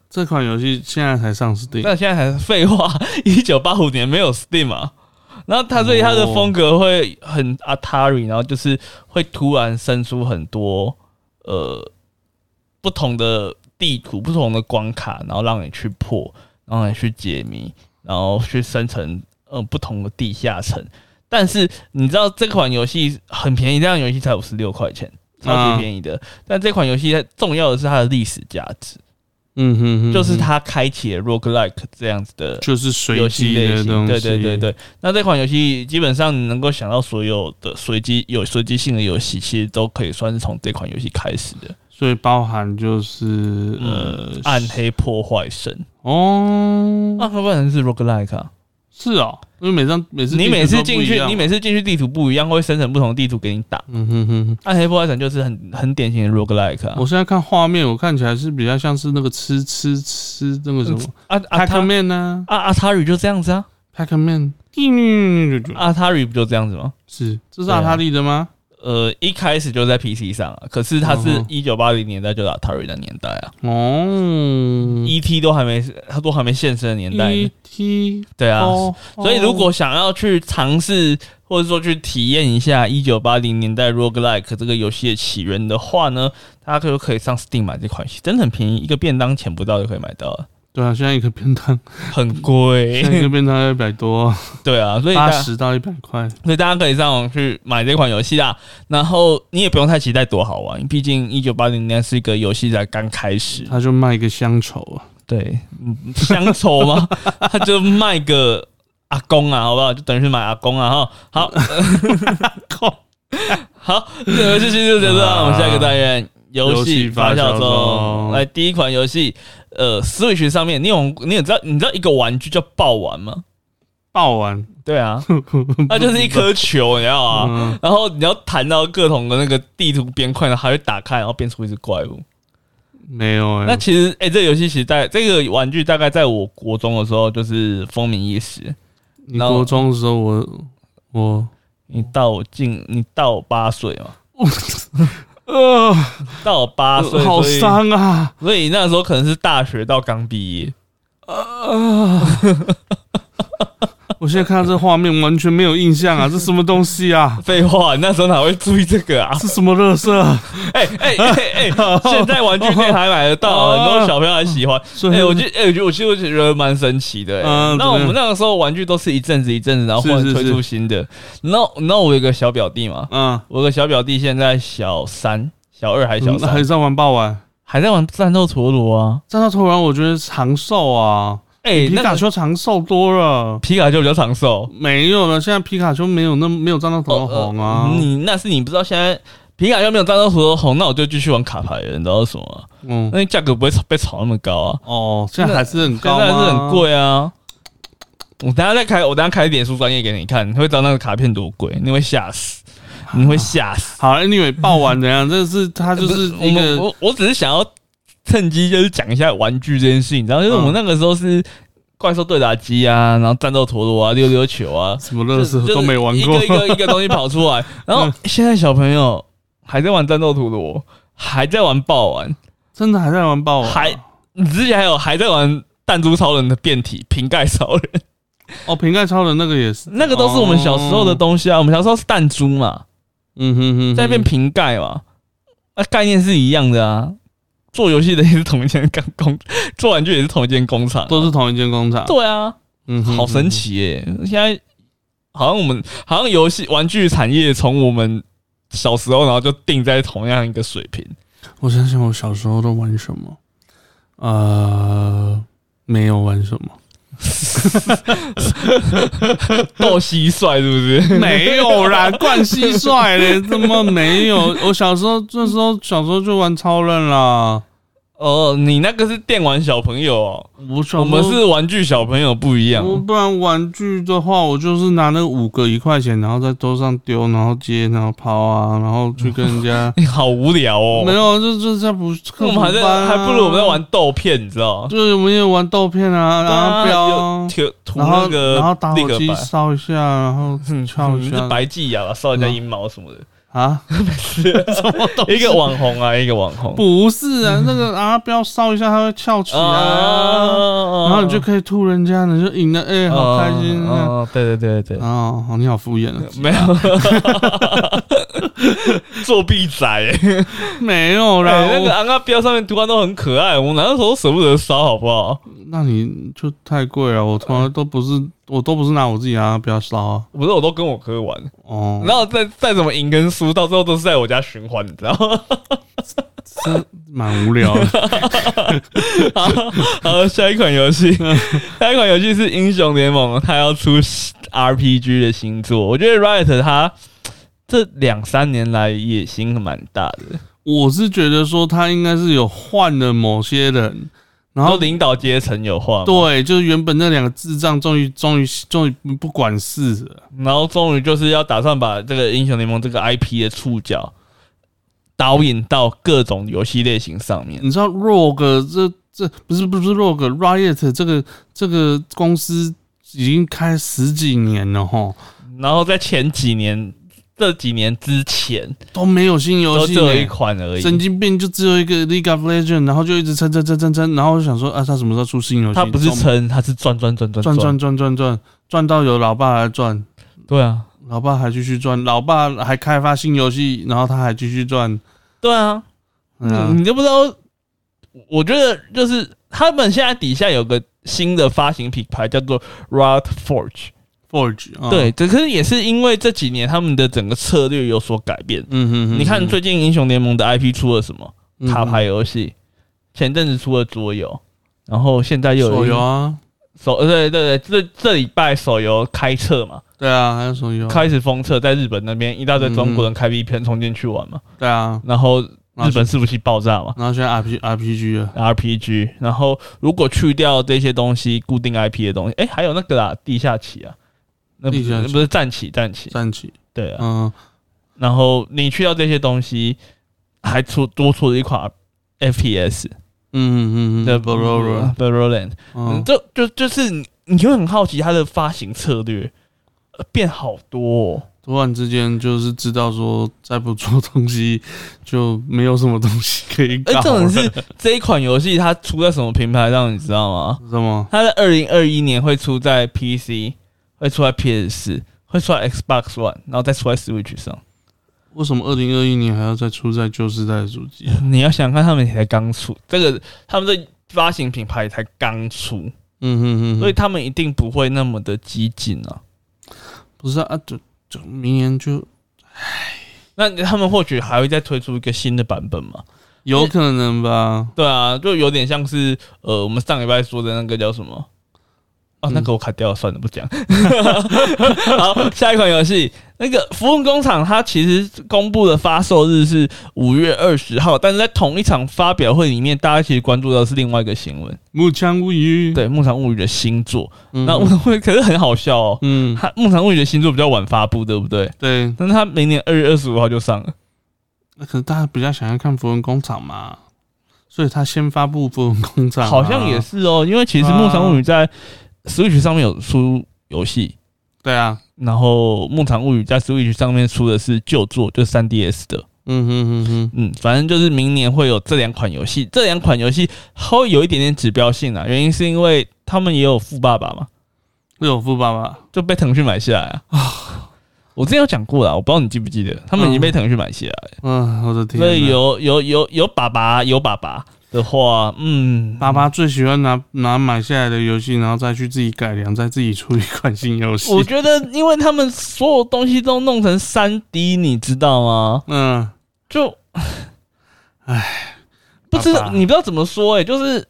Speaker 1: 这款游戏现在才上 Steam，
Speaker 2: 那现在还是废话， 一九八五年没有 Steam 啊。然后它所以它的
Speaker 1: 哦
Speaker 2: 风格会很 Atari，然后就是会突然生出很多呃不同的地图、不同的关卡，然后让你去破，然后你去解谜，然后去生成呃不同的地下城。但是你知道这款游戏很便宜，这样游戏才五十六块钱，超级
Speaker 1: 啊
Speaker 2: 便宜的。但这款游戏它重要的是它的历史价值，
Speaker 1: 嗯哼哼，
Speaker 2: 就是它开启了 roguelike 这样子的
Speaker 1: 就是随
Speaker 2: 游戏
Speaker 1: 机
Speaker 2: 类
Speaker 1: 的
Speaker 2: 型，
Speaker 1: 东西，
Speaker 2: 对对对，对。那这款游戏基本上你能够想到所有的随机有随机性的游戏，其实都可以算是从这款游戏开始的。
Speaker 1: 所以包含就是
Speaker 2: 呃
Speaker 1: 呃，
Speaker 2: 暗黑破坏神，
Speaker 1: 哦，
Speaker 2: 暗黑破坏神是 roguelike 啊。
Speaker 1: 是哦，因为每张每次
Speaker 2: 你每次进去，
Speaker 1: 每
Speaker 2: 你每次进去地图不一样，会生成不同的地图给你打。
Speaker 1: 嗯哼哼哼，
Speaker 2: 暗黑破坏神就是很很典型的 roguelike 啊
Speaker 1: 我。现在看画面，我看起来是比较像是那个吃吃吃那个什么
Speaker 2: 啊啊他
Speaker 1: Pac-Man 呢
Speaker 2: 啊阿塔瑞就这样子啊，
Speaker 1: ，Pac-Man，嗯
Speaker 2: 阿塔瑞不就这样子吗？
Speaker 1: 是这是
Speaker 2: 对啊
Speaker 1: 阿塔利的吗？
Speaker 2: 呃，一开始就在 PC 上啊，可是它是
Speaker 1: 嗯哼
Speaker 2: 一九八零年代就是阿塔瑞的年代啊、
Speaker 1: 哦 E
Speaker 2: e t 都还没它都还没现身的年代，
Speaker 1: T
Speaker 2: 对啊，
Speaker 1: 嗯哦，
Speaker 2: 所以如果想要去尝试或者说去体验一下一九八零年代 roguelike 这个游戏的起源的话呢，大家就可以上 Steam 买这款游戏，真的很便宜，一个便当钱不到就可以买到了，
Speaker 1: 对啊，现在一个便 当，
Speaker 2: 很贵
Speaker 1: 现。在一个便当一百多，
Speaker 2: 对啊， 所以大
Speaker 1: 八
Speaker 2: 家
Speaker 1: 十到一百块。
Speaker 2: 所以大家可以上网去买这款游戏啦。然后你也不用太期待多好玩，毕竟一九八零年代是一个游戏才刚开始。
Speaker 1: 他就卖一个乡愁啊，
Speaker 2: 对，嗯乡愁吗？ 他就卖个阿公啊，好不好？就等于是买阿公啊哈。好，
Speaker 1: 靠，
Speaker 2: 好，这游戏就这样。我们下一个单元游戏发
Speaker 1: 游
Speaker 2: 酵
Speaker 1: 戏发酵
Speaker 2: 中，
Speaker 1: 中
Speaker 2: 来第一款游戏，呃，Switch 上面，你有你有知道你知道一个玩具叫爆丸吗？
Speaker 1: 爆丸，
Speaker 2: 对啊， 它就是一颗球，你知道吗？
Speaker 1: 嗯，
Speaker 2: 然后你要弹到各种的那个地图边块，然后还会打开，然后变出一只怪物。
Speaker 1: 没有哎、
Speaker 2: 那其实，哎、这个游戏其实在这个玩具大概在我国中的时候就是风靡一时。
Speaker 1: 你国中的时候我，我
Speaker 2: 你到我近，你到我八岁嘛，
Speaker 1: 呃，
Speaker 2: 到我八岁，
Speaker 1: 好
Speaker 2: 所以
Speaker 1: 伤啊！
Speaker 2: 所以那时候可能是大学到刚毕业，
Speaker 1: 啊！我现在看到这画面完全没有印象 啊，这什么东西啊？
Speaker 2: 废话，那时候哪会注意这个啊？
Speaker 1: 这什么乐色？
Speaker 2: 哎哎哎 哎，现在玩具店还买得到，很多小朋友还喜欢。
Speaker 1: 所以
Speaker 2: 哎，我觉得，哎，我觉得，我其实我觉得蛮神奇的。哎
Speaker 1: 嗯
Speaker 2: 那我
Speaker 1: 怎
Speaker 2: 们
Speaker 1: 么
Speaker 2: 那个时候玩具都是一阵子一阵子，然后
Speaker 1: 是
Speaker 2: 换
Speaker 1: 是
Speaker 2: 推
Speaker 1: 是
Speaker 2: 出新的。然后，然后我有一个小表弟嘛，
Speaker 1: 嗯，
Speaker 2: 我有个小表弟现在小三、小二还小
Speaker 1: 嗯还
Speaker 2: 三，
Speaker 1: 在玩爆玩，
Speaker 2: 还在玩战斗陀螺啊。
Speaker 1: 战到突然我觉得长寿啊，
Speaker 2: 哎，
Speaker 1: 皮
Speaker 2: 那
Speaker 1: 卡
Speaker 2: 个
Speaker 1: 丘长寿多了。
Speaker 2: 皮卡丘比较 长寿。
Speaker 1: 没有了，现在皮卡丘没有那么没有战到头红啊
Speaker 2: 哦。呃你那是你不知道现在皮卡丘没有战斗陀螺红，那我就继续玩卡牌了，你知道为什么吗？
Speaker 1: 嗯，
Speaker 2: 那价格不会炒被炒那么高啊，
Speaker 1: 哦，现在还是很
Speaker 2: 现
Speaker 1: 高吗，
Speaker 2: 在是很贵啊。我等下再开，我等下开脸书专业给你看，你会知道那个卡片多贵，你会吓死，你会吓死。
Speaker 1: 好，Anyway，爆完怎样？这是它啊就
Speaker 2: 嗯哎不
Speaker 1: 是
Speaker 2: 我
Speaker 1: 一
Speaker 2: 们
Speaker 1: 个
Speaker 2: 我我只是想要趁机就是讲一下玩具这件事情，然后就是我
Speaker 1: 嗯
Speaker 2: 们那个时候是怪兽对打机啊，然后战斗陀螺啊、溜溜球啊，
Speaker 1: 什么
Speaker 2: 就
Speaker 1: 乐
Speaker 2: 是
Speaker 1: 色都没玩过
Speaker 2: 就，是一个一个一个东西跑出来。然后现在小朋友还在玩战斗陀螺，还在玩爆丸，
Speaker 1: 真的还在玩爆玩啊，
Speaker 2: 还你之前还有还在玩弹珠超人的变体瓶盖超人，
Speaker 1: 哦，瓶盖超人那个也是，
Speaker 2: 那个都是我们小时候的东西啊。我们小时候是弹珠嘛，
Speaker 1: 嗯哼哼，
Speaker 2: 再变瓶盖嘛，那概念是一样的啊。做游戏的也是同一间工工， 做玩具也是同一间工厂啊、
Speaker 1: 都是同一间工厂，
Speaker 2: 对啊，
Speaker 1: 嗯哼，
Speaker 2: 好神奇耶、现在好像我们好像游戏玩具产业从我们小时候，然后就定在同样一个水平。
Speaker 1: 哼！我想想，我小时候都玩什么？呃，没有玩什 么，
Speaker 2: 斗蟋蟀是 不是？
Speaker 1: 没有啦，灌蟋蟀嘞，怎么没有？我小时候这时候小时候就玩超人啦，
Speaker 2: 哦，你那个是电玩小朋友哦，
Speaker 1: 我小时候
Speaker 2: 我们是玩具小朋友不一样。。
Speaker 1: 我不然玩具的话，我就是拿那五个一块钱，然后在桌上丢，然后接，然后抛啊，然后去跟人 家
Speaker 2: 你好无聊哦，
Speaker 1: 没有，这这这不，
Speaker 2: 我们还在
Speaker 1: 课辅班啊
Speaker 2: 还不如我们在玩豆片，你知道？
Speaker 1: 就是我们也玩豆片啊，
Speaker 2: 对啊
Speaker 1: 然后标啊，
Speaker 2: 涂涂
Speaker 1: 然后
Speaker 2: 那个
Speaker 1: 然后打
Speaker 2: 立
Speaker 1: 火
Speaker 2: 可
Speaker 1: 机嗯
Speaker 2: 白。
Speaker 1: 烧一下，然后翘一
Speaker 2: 你是
Speaker 1: 下
Speaker 2: 白技呀，烧
Speaker 1: 嗯
Speaker 2: 人家阴毛什 么的，
Speaker 1: 啊，
Speaker 2: 什么东一个网红啊，一个网红
Speaker 1: 不是啊，那个啊标烧一下，它会翘起来，
Speaker 2: 啊
Speaker 1: 然后你就可以吐人家，你就赢了，哎， 好开心啊！
Speaker 2: 哦，对对对对，
Speaker 1: 哦，好你好敷衍啊，
Speaker 2: 没有， 作弊仔、欸，
Speaker 1: 没有啦，
Speaker 2: 哎，那个
Speaker 1: 我
Speaker 2: 安娜标上面图案都很可爱，我那时候舍不得烧，好不好？
Speaker 1: 那你就太贵了，我从来都不是，我都不是拿我自己啊标烧啊，
Speaker 2: 不是，我都跟我哥玩，
Speaker 1: 哦，
Speaker 2: 然后再再怎么赢跟输，到最后都是在我家循环，你知道吗？
Speaker 1: 这蛮无聊的，
Speaker 2: 好，下一款游 戏，下一款游戏是英雄联盟，它要出 RPG 的新作，我觉得 Riot 它这两三年来野心蛮大的，
Speaker 1: 我是觉得说他应该是有换了某些人，然
Speaker 2: 然后
Speaker 1: 后
Speaker 2: 领导阶层有话吗，
Speaker 1: 对，就是原本那两个智障，终于终于终于不管事了。
Speaker 2: 然后终于就是要打算把这个英雄联盟这个 IP 的触角导引到各种游戏类型上面。
Speaker 1: 你知道 ROG 这这不是不是 ROG Riot 这个这个公司已经开十几年了哈，
Speaker 2: 然后在前几年这几年之前，
Speaker 1: 都没有新游
Speaker 2: 都
Speaker 1: 戏
Speaker 2: 只有一
Speaker 1: 呢。
Speaker 2: 款而
Speaker 1: 神
Speaker 2: 已。
Speaker 1: 经病就只有一个 League of Legends，然后就一直撑撑撑撑撑，然后我就想说啊，他什么时候出新游戏？
Speaker 2: 它不是撑，它是转转转转
Speaker 1: 赚
Speaker 2: 转。
Speaker 1: 赚赚赚赚赚到有老爸来赚，
Speaker 2: 对啊，
Speaker 1: 老爸还继续赚，老爸还开发新游戏，然后他还继续赚，
Speaker 2: 对啊，
Speaker 1: 嗯
Speaker 2: 你都不知道。我觉得就是他们现在底下有个新的发行品牌叫做 Riot Forge，、
Speaker 1: ，Forge 啊，
Speaker 2: 对，这可是也是因为这几年他们的整个策略有所改变。
Speaker 1: 嗯哼哼，
Speaker 2: 你看最近英雄联盟的 IP 出了什么？
Speaker 1: 嗯哼
Speaker 2: 卡牌游戏，前阵子出了桌游，然后现在又有
Speaker 1: 手
Speaker 2: 一
Speaker 1: 游啊，
Speaker 2: 手，呃对对对，这这礼拜手游开测嘛，
Speaker 1: 对啊，还有手游，
Speaker 2: 开始封测，在日本那边一大堆中国人开 V 片冲进去玩嘛，
Speaker 1: 对啊，
Speaker 2: 然后
Speaker 1: 然后
Speaker 2: 日本伺服器爆炸嘛。
Speaker 1: 然后现在 R P R P G 了，
Speaker 2: RPG，然后如果去掉这些东西，固定 IP 的东西，哎、还有那个啦，地下棋啊，那不
Speaker 1: 地下
Speaker 2: 是
Speaker 1: 棋
Speaker 2: 那不是战棋，战棋，
Speaker 1: 战旗，
Speaker 2: 对啊，
Speaker 1: 嗯，
Speaker 2: 然后你去掉这些东西，还出多出了一款 FPS
Speaker 1: 嗯嗯嗯，
Speaker 2: 的
Speaker 1: b o r o r o
Speaker 2: Valorant，嗯，
Speaker 1: 嗯，
Speaker 2: 这就就是你你会很好奇它的发行策略，呃变好多、哦，
Speaker 1: 突然之间就是知道说再不做东西就没有什么东西可以搞
Speaker 2: 哎、
Speaker 1: 了。
Speaker 2: 重点是这一款游戏它出在什么平台上，你知道吗？
Speaker 1: 什么？
Speaker 2: 它在二零二一年会出在 PC，会出在 PS 四，会出在 Xbox One，然后再出在 Switch 上。
Speaker 1: 为什么二零二一年还要再出在旧时代的主机？
Speaker 2: 你要想看，他们也才刚出这个，他们的发行品牌才刚出，
Speaker 1: 嗯哼哼哼，
Speaker 2: 所以他们一定不会那么的激进啊。
Speaker 1: 不是啊，啊就就明年就
Speaker 2: 那他们或许还会再推出一个新的版本嘛？
Speaker 1: 有可能吧。
Speaker 2: 对啊，就有点像是呃，我们上礼拜说的那个叫什么？
Speaker 1: 嗯
Speaker 2: 哦，那个我卡掉了，算了，不讲。 好，下一款游戏，那个《福文工厂》，它其实公布的发售日是五月二十号，但是在同一场发表会里面，大家其实关注到的是另外一个新闻，
Speaker 1: 木枪物语，
Speaker 2: 对《牧场物语》的新作。
Speaker 1: 嗯，
Speaker 2: 那牧场物 语可是很好笑哦，
Speaker 1: 嗯，
Speaker 2: 它《牧场物语》的新作比较晚发布，对不对？
Speaker 1: 对，
Speaker 2: 但是它明年二月二十五号就上了。
Speaker 1: 那可能大家比较想要看《符文工厂》嘛，所以他先发布《符文工厂》啊，
Speaker 2: 好像也是哦，因为其实《牧场
Speaker 1: 啊
Speaker 2: 物语》在 Switch 上面有出游戏，
Speaker 1: 对啊，
Speaker 2: 然后《牧场物语》在 Switch 上面出的是旧作，就是 3DS 的。
Speaker 1: 嗯哼哼哼，
Speaker 2: 嗯，反正就是明年会有这两款游戏，这两款游戏会有一点点指标性啊，原因是因为他们也有富爸爸嘛，
Speaker 1: 会有富爸爸，
Speaker 2: 就被腾讯买下来啊。我之前有讲过啦，我不知道你记不记得，他们已经被腾讯买下来了，
Speaker 1: 嗯，我的天哪，
Speaker 2: 所以有有有有爸爸有爸爸的话，嗯，
Speaker 1: 爸爸最喜欢拿拿买下来的游戏，然后再去自己改良，再自己出一款新游戏
Speaker 2: 我，觉得，因为他们所有东西都弄成三 D，你知道吗？
Speaker 1: 嗯，
Speaker 2: 就，唉，不知
Speaker 1: 爸
Speaker 2: 道
Speaker 1: 爸
Speaker 2: 你不知道怎么说哎、就是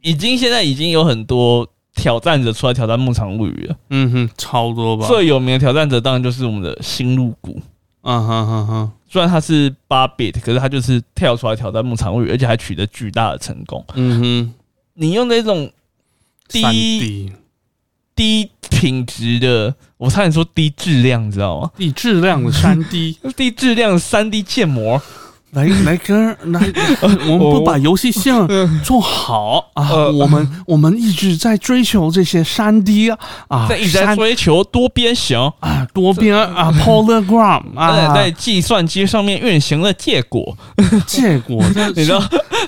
Speaker 2: 已经现在已经有很多挑战者出来挑战《牧场物语》了。
Speaker 1: 嗯哼，超多吧，
Speaker 2: 最有名的挑战者当然就是我们的新入谷，
Speaker 1: 嗯哼哼哼，
Speaker 2: 虽然他是八 bit，可是他就是跳出来挑战《牧场物语》，而且还取得巨大的成功。
Speaker 1: 嗯哼，
Speaker 2: 你用那种低
Speaker 1: 3D
Speaker 2: 低品质的，我差点说低质量，你知道吗？
Speaker 1: 低质量的三 D，
Speaker 2: 低质量三 D 建模，
Speaker 1: 啊来来哥，来， 我们不把游戏 性做好啊，
Speaker 2: 呃
Speaker 1: 我们我们一直在追求这些三 D 啊，啊
Speaker 2: 在一直在
Speaker 1: 三
Speaker 2: 追求多边形，
Speaker 1: 啊多边啊 polygram
Speaker 2: 在
Speaker 1: 啊，
Speaker 2: 在计算机上面运行了结果。
Speaker 1: 结果
Speaker 2: 你知道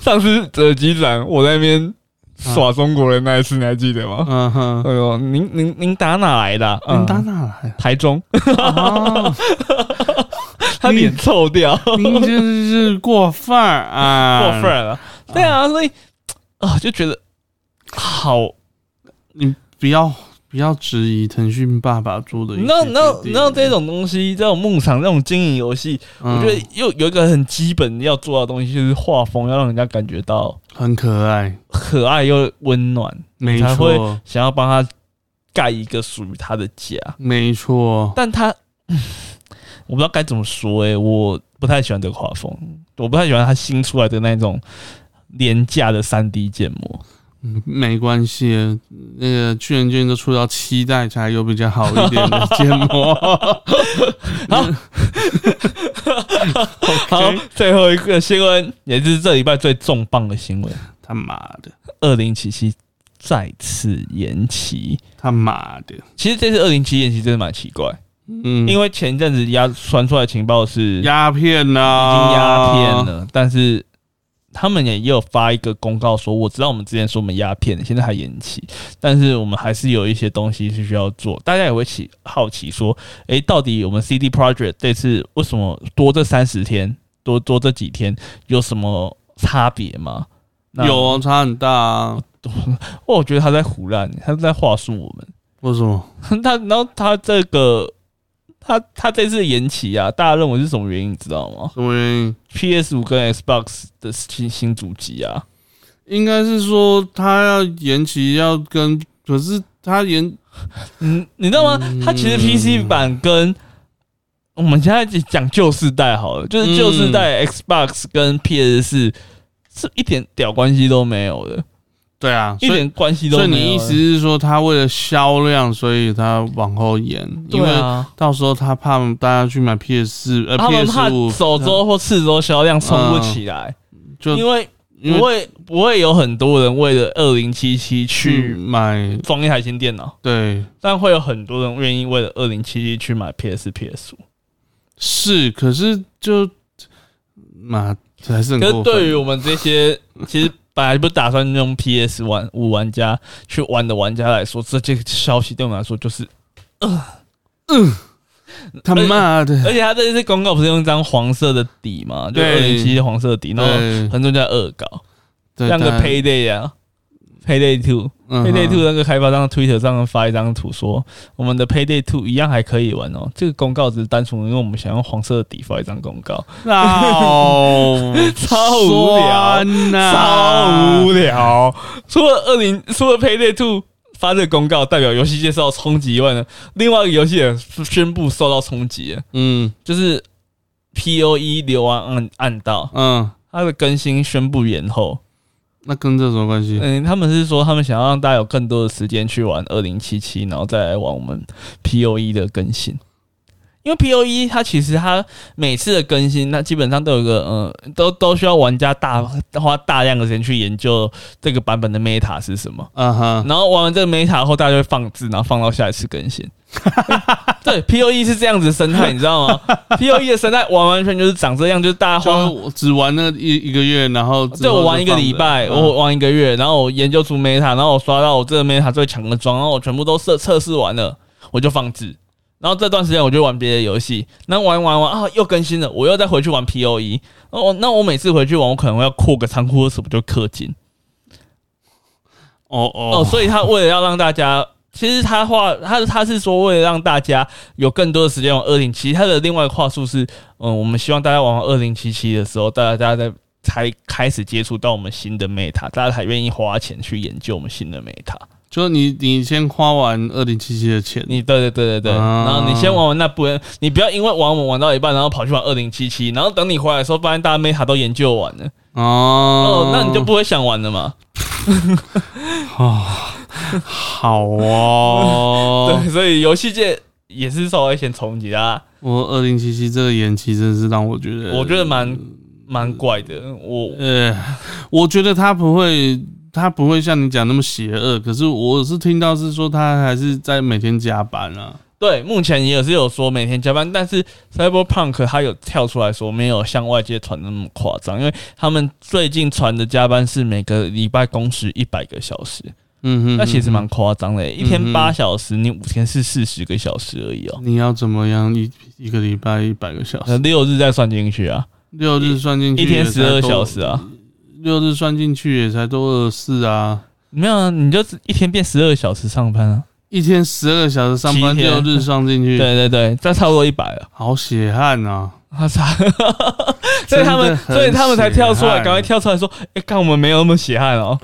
Speaker 2: 上次的机长我在那边耍中国人那一次，你还记得吗？
Speaker 1: 嗯哼，
Speaker 2: 哎呦，您您您打哪来的啊？
Speaker 1: 您打
Speaker 2: 嗯
Speaker 1: 哪来
Speaker 2: 台中，
Speaker 1: 啊？
Speaker 2: 他脸臭 掉，过
Speaker 1: 您这是过分儿 啊！
Speaker 2: 分！了。对啊，所以啊，就觉得好。
Speaker 1: 你不要不要质疑腾讯爸爸做的一些
Speaker 2: 那那
Speaker 1: 决定
Speaker 2: 那这种东西，这种牧场这种经营游戏，
Speaker 1: 嗯
Speaker 2: 我觉得又有一个很基本要做到的东西，就是画风要让人家感觉到
Speaker 1: 很可爱，
Speaker 2: 可爱又温暖，
Speaker 1: 没
Speaker 2: 才会
Speaker 1: 错，
Speaker 2: 想要帮他盖一个属于他的家。
Speaker 1: 没错。
Speaker 2: 但他， 我不知道该怎么说诶、我不太喜欢这个画风，我不太喜欢他新出来的那种廉价的三 D 建模。
Speaker 1: 嗯没关系，那个巨人军都出到七代才有比较好一点的建 模。
Speaker 2: 好，最后一个新闻，也就是这礼拜最重磅的新闻：
Speaker 1: 他妈的，
Speaker 2: 二零七七再次延期。
Speaker 1: 他妈的，
Speaker 2: 其实这次二零七延期真的蛮奇怪，
Speaker 1: 嗯，
Speaker 2: 因为前一阵子压传出来的情报是
Speaker 1: 鸦片呐、
Speaker 2: 已经鸦片，了，但是他们也有发一个公告说，我知道我们之前说我们鸦片，现在还延期，但是我们还是有一些东西是需要做。大家也会奇好奇说，诶、到底我们 CD Project 这次为什么多这三十天，多多这几天有什么差别吗？那
Speaker 1: 有哦差很大、啊。
Speaker 2: 我觉得他在胡乱，他是在话术我们。
Speaker 1: 为什么？
Speaker 2: 他然后他这个。他他这次延期啊，大家认为是什么原因？你知道吗
Speaker 1: 什么原因？
Speaker 2: ？PS 五跟 Xbox 的新新主机啊，
Speaker 1: 应该是说他要延期，要跟，可是他延
Speaker 2: 嗯，你知道吗？它其实 PC 版跟我们现在讲旧世代好了，就是旧世
Speaker 1: 嗯
Speaker 2: 代 Xbox 跟 PS 四是一点屌关系都没有的，
Speaker 1: 对啊，
Speaker 2: 一
Speaker 1: 所以
Speaker 2: 点关系都
Speaker 1: 所以
Speaker 2: 没有的。
Speaker 1: 你意思是说，他为了销量，所以他往后延，因
Speaker 2: 对
Speaker 1: 为
Speaker 2: 啊？
Speaker 1: 到时候他怕大家去买 PS 四呃
Speaker 2: 他们
Speaker 1: PS
Speaker 2: 怕
Speaker 1: 五，嗯
Speaker 2: 首周或次周销量冲不起来，
Speaker 1: 就
Speaker 2: 因为
Speaker 1: 因为
Speaker 2: 不会不会有很多人为了二零七七
Speaker 1: 去
Speaker 2: 去
Speaker 1: 买，
Speaker 2: 装一台新电脑，
Speaker 1: 对，
Speaker 2: 但会有很多人愿意为了二零七七去买 PS、PS 五。
Speaker 1: 是，可是就嘛，还是很
Speaker 2: 可
Speaker 1: 过分
Speaker 2: 是对于我们这 些其实本来不打算用 PS 玩五玩家去玩的玩家来说，这这个消息对我们来说 就是，
Speaker 1: 他妈的，
Speaker 2: 而且他这次公告不是用一张黄色的底嘛，就二
Speaker 1: 对
Speaker 2: 零七七黄色的底，然后
Speaker 1: 对
Speaker 2: 很多人在恶搞，
Speaker 1: 对，
Speaker 2: 像个
Speaker 1: 但
Speaker 2: Payday 啊，Payday Two。
Speaker 1: 嗯
Speaker 2: Payday
Speaker 1: 哼
Speaker 2: Two 那个开发商 Twitter 上发一张图说，我们的 Payday Two 一样还可以玩哦。这个公告只是单纯因为我们想用黄色的底发一张公告，
Speaker 1: 哦，
Speaker 2: 超无聊，
Speaker 1: 酸呐、
Speaker 2: 超无聊。除了二零，除了 Payday Two 发这个公告代表游戏界受到冲击以外呢，另外一个游戏也宣布受到冲击了，
Speaker 1: 嗯
Speaker 2: 就是 P O E 流亡暗暗道，
Speaker 1: 嗯，
Speaker 2: 它的更新宣布延后。
Speaker 1: 那跟这有什么关系？
Speaker 2: 嗯，他们是说他们想要让大家有更多的时间去玩二零七七，然后再来玩我们 P O E 的更新。因为 P O E 它其实它每次的更新，那基本上都有个呃，都都需要玩家大花大量的时间去研究这个版本的 meta 是什么。
Speaker 1: 啊哈，
Speaker 2: 然后玩完这个 meta 后，大家就会放置，然后放到下一次更新。对，P O E 是这样子的生态，你知道吗？P O E 的生态完完全就是长这样，就是大家花
Speaker 1: 就只玩那一一个月，然后之
Speaker 2: 对
Speaker 1: 后
Speaker 2: 我
Speaker 1: 就
Speaker 2: 玩一个
Speaker 1: 放着
Speaker 2: 礼拜，
Speaker 1: 嗯
Speaker 2: 我玩一个月，然后我研究出 meta，然后我刷到我这个 meta 最强的装，然后我全部都测测试完了，我就放置。然后这段时间我就玩别的游戏，那玩玩玩啊，又更新了，我又再回去玩 P O E。哦，那我每次回去玩，我可能要扩个仓库或什么就氪金
Speaker 1: 哦
Speaker 2: 哦。
Speaker 1: 哦
Speaker 2: 所以他为了要让大家，其实他话他他是说为了让大家有更多的时间玩二零七，他的另外一个话术是，嗯，我们希望大家玩二零七七的时候，大家大家在才开始接触到我们新的 Meta，大家才愿意花钱去研究我们新的 Meta。
Speaker 1: 就你你先花完二零七七的钱，
Speaker 2: 你对对对对对，
Speaker 1: 啊
Speaker 2: 然后你先玩玩那部分，你不要因为玩我们玩到一半，然后跑去玩二零七七，然后等你回来的时候，发现大家 Meta 都研究完了，
Speaker 1: 哦
Speaker 2: 哦，那你就不会想玩了嘛。
Speaker 1: 啊好哦。
Speaker 2: 对，所以游戏界也是受到一些冲击啊，
Speaker 1: 我二零七七这个延期真的是让我觉得，
Speaker 2: 我觉得蛮蛮怪的，我
Speaker 1: 呃，我觉得他不会，他不会像你讲那么邪恶。可是我是听到是说他还是在每天加班啊。
Speaker 2: 对，目前也是有说每天加班，但是 Cyberpunk 他有跳出来说没有像外界传的那么夸张，因为他们最近传的加班是每个礼拜工时一百个小时，
Speaker 1: 嗯哼，
Speaker 2: 那其实蛮夸张的、欸一天
Speaker 1: 嗯
Speaker 2: 八小时，你五天是四十个小时而已哦、
Speaker 1: 你要怎么样一一个礼拜一百个小
Speaker 2: 那
Speaker 1: 时，
Speaker 2: 六日再算进去啊，
Speaker 1: 六日算进去
Speaker 2: 一天
Speaker 1: 也才
Speaker 2: 十二
Speaker 1: 都
Speaker 2: 小时，啊，
Speaker 1: 六日算进去也才都二四啊，
Speaker 2: 没有啊，你就一天变十二小时上班啊。
Speaker 1: 一天十二个小时上班，
Speaker 2: 七
Speaker 1: 六
Speaker 2: 天
Speaker 1: 日算进去，
Speaker 2: 对对对，这差不多一百啊了。
Speaker 1: 好血汗啊！
Speaker 2: 啊 操！所
Speaker 1: 真
Speaker 2: 以他
Speaker 1: 的
Speaker 2: 们，
Speaker 1: 很
Speaker 2: 所以他们才跳出
Speaker 1: 血
Speaker 2: 来，
Speaker 1: 汗
Speaker 2: 赶快跳出来说：“哎、看我们没有那么血汗哦。”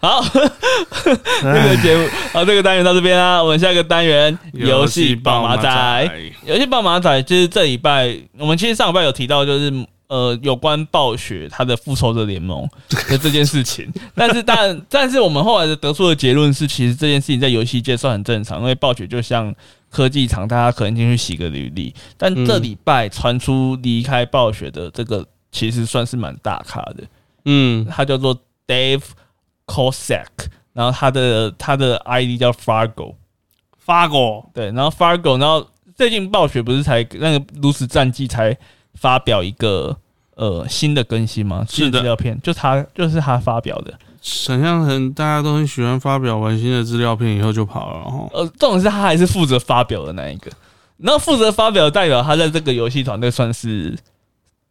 Speaker 2: 好， 这个节目，好，这个单元到这边啦。我们下一个单元游戏宝马仔，，游戏宝马仔就是这礼拜，我们其实上礼拜有提到，就是呃有关暴雪它的复仇者联盟的这件事情， 但是但但是我们后来的得出的结论是，其实这件事情在游戏界算很正常，因为暴雪就像科技厂，大家可能进去洗个履历，但这礼拜传出离开暴雪的这个，其实算是蛮大咖的。
Speaker 1: 嗯
Speaker 2: 他叫做 Dave Cossack，然后他的他的 ID 叫 Fargo，
Speaker 1: ，Fargo，
Speaker 2: 对，然后 Fargo，然后最近暴雪不是才那个炉石战记才发表一个呃新的更新吗？
Speaker 1: 是的
Speaker 2: 新资料片就他就是他发表的，
Speaker 1: 想象很大家都很喜欢发表完新的资料片以后就跑了，哦，
Speaker 2: 呃，重点是他还是负责发表的那一个，然后负责发表的代表他在这个游戏团队算是